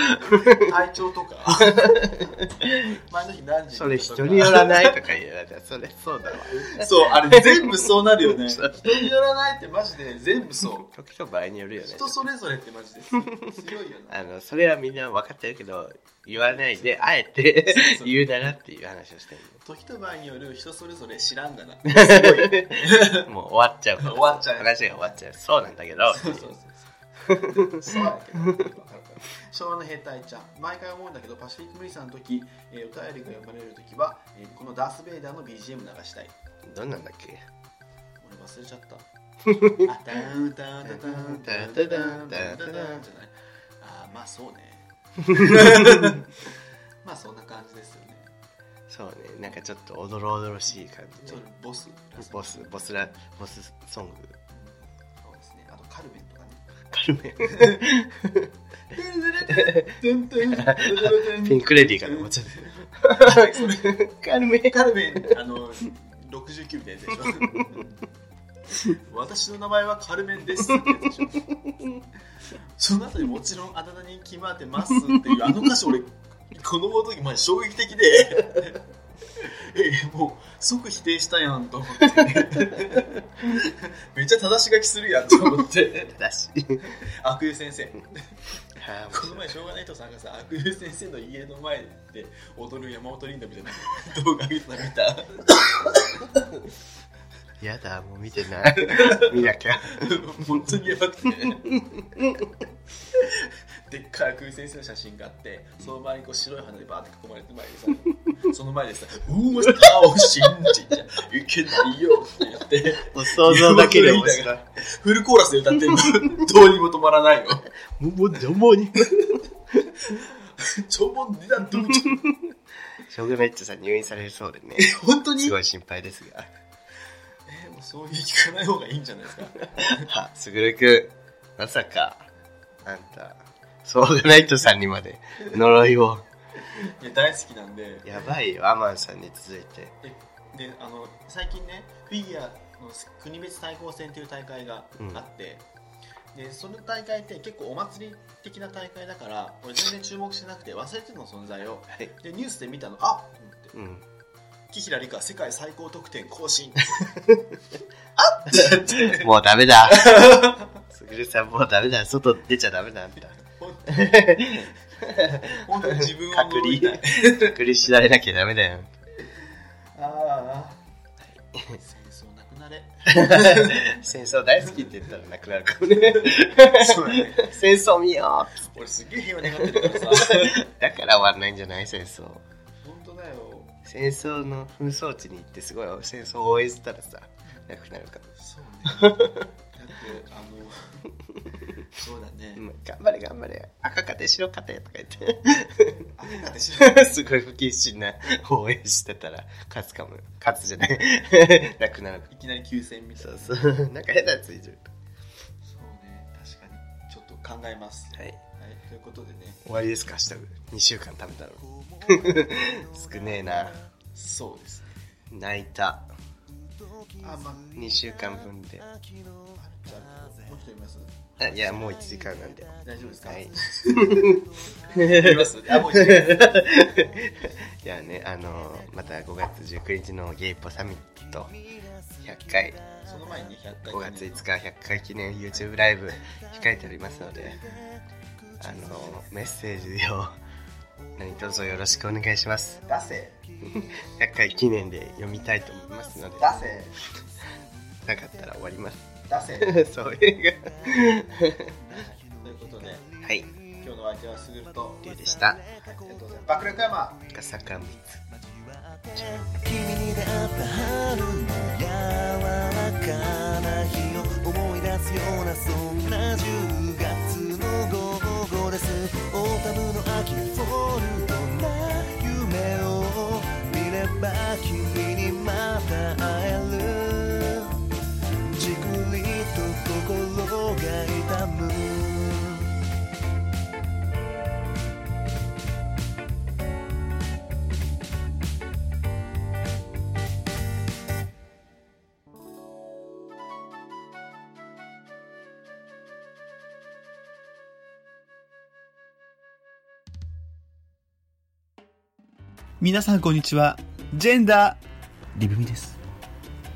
S1: 体調とか前の日何時に
S2: それ人によらないとか言うならそれそうだわ
S1: そうあれ全部そうなるよね
S2: そう
S1: 人によらないってマジで全部そう
S2: 時と場合によるよね
S1: 人それぞれってマジで強いよな
S2: あのそれはみんな分かってるけど言わないであえて
S1: そう
S2: 言うならっていう話をして
S1: 時と場合による人それぞれ知らん がな
S2: るのもう終わっちゃうから
S1: 終わっちゃう
S2: 話が終わっちゃうそうなんだけど
S1: そうそうそうそうそうやけどわかるから昭和の兵隊ちゃん毎回思うんだけどパシフィック・ムリさんの時、えーお便りが読まれる時は、えーこのダース・ベイダーの BGM 流したい
S2: どんなんだっけ
S1: 俺忘れちゃった。あたんたんたんたんたんたんたんたんたんじゃない。あーまあそうね。まあそんな感じですよね。
S2: そうねなんかちょっとおどろおどろしい感じ
S1: ちょっ
S2: ね
S1: とボス。
S2: ボスボスラボスソング
S1: そうですね。あとカルベンとかね。
S2: カルメンピ
S1: ピ
S2: ンクレディーかと思っちゃっ
S1: ゃ
S2: た。カルメン
S1: カルベン、あの、69みたいなやつでしょ。私の名前はカルメンですってやつでしょ。その後にもちろんあだ名に決まってますっていうあの歌詞俺子供の時まで衝撃的で えもう即否定したやんと思って めっちゃ正し書きするやんと思って
S2: 正しい
S1: 悪友先生
S2: あー
S1: この前しょうがない人さんがさ悪友先生の家の前で踊る山本リンダみたいな動画見てた見た
S2: やだもう見てない見な きゃ
S1: 本当にやばくてでっかい空先生の写真があってその周りにこう白い花でバーって囲まれて前でさその前でさ「うーたを信じちゃいけないよ」って言って
S2: お想像だけで面白い
S1: フルコーラスで歌ってるのどうにも止まらないよ
S2: もうもうどうもに
S1: ちょぼんにだどうちょ
S2: ショグメッチョさん入院されそうで ね
S1: 本当に
S2: すごい心配ですが
S1: えもうそういう聞かない方がいいんじゃないですか
S2: はすぐるくんまさかあんたソーグナイトさんにまで呪いを
S1: いや大好きなんで
S2: やばいよアマンさんに続いて
S1: であの最近ねフィギュアの国別対抗戦という大会があって、でその大会って結構お祭り的な大会だから俺全然注目してなくて忘れてるの存在を
S2: はい
S1: でニュースで見たのあっと思って
S2: うん
S1: 紀平梨花世界最高得点更 新あっってなって
S2: もうダメ だすぐるさんもうダメだ外出ちゃダメだあんた
S1: 本当に本当に自分を
S2: 隔
S1: 呪いた
S2: 離
S1: い
S2: 隔離しられなきゃダメだよ
S1: ああ戦争なくなれ
S2: 戦争大好きって言ったらなくなるかも ね
S1: そうだね
S2: 戦争見よ
S1: 俺すげえ平和願ってるからさ
S2: うだから終わんないんじゃない戦争
S1: 本当だよ
S2: 戦争の紛争地に行ってすごい戦争を応援したらさなくなるか
S1: そうね。だって、あの、そうだ
S2: ら、う
S1: ね。
S2: ん頑張れ頑張れ赤勝て白勝て とか言
S1: あれだって、
S2: ってすごい不謹慎な応援してたら勝つかも勝つじゃない なくなるか
S1: いきなり休戦みたい
S2: そ
S1: な。
S2: うそうなんか変なやついる
S1: そうね、確かに。ちょっと考えます。
S2: はい
S1: はい、ということでね。
S2: 終わりですか下2週間食べたの 少ねえな
S1: そうですね。
S2: 泣いた
S1: あ、まあ、
S2: 2週間分
S1: じ
S2: で
S1: ゃあ、もう一人います
S2: あいやもう1時間なんで
S1: 大丈夫ですか
S2: はい。
S1: いますあ、もう一人います。
S2: じゃあね、あのまた5月19日のゲイポサミット100回、
S1: その前に100回。
S2: 5月5。日100回記念 YouTube ライブ控えておりますので、あのメッセージを何卒よろしくお願いします。
S1: 出せ、
S2: 100回記念で読みたいと思いますので、
S1: 出
S2: なかったら終わります。
S1: せ、出せ。
S2: そういう
S1: ということで、
S2: が。はい、
S1: 今日のお相手はすぐると、
S2: りゅうでした。
S1: ありがとうございます。爆力山
S2: 笠上
S4: 君に出会った春の柔らかな日を思い出すようなそんな10月の午後ですオータムの秋フォルトな夢を見れば君にまた会えるじくりと心が痛む
S5: 皆さんこんにちは。ジェンダー、リブミです。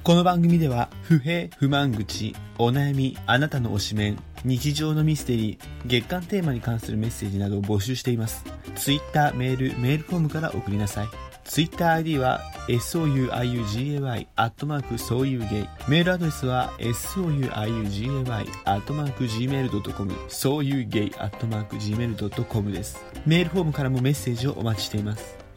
S5: この番組では、不平、不満口、お悩み、あなたの推しメン、日常のミステリー、月間テーマに関するメッセージなどを募集しています。ツイッター、メール、メールフォームから送りなさい。ツイッター ID は、souiugay、アットマーク、そういうゲイ。メールアドレスは、souiugay、アットマーク、gmail.com、そういうゲイ、アットマーク、gmail.com です。メールフォームからもメッセージをお待ちしています。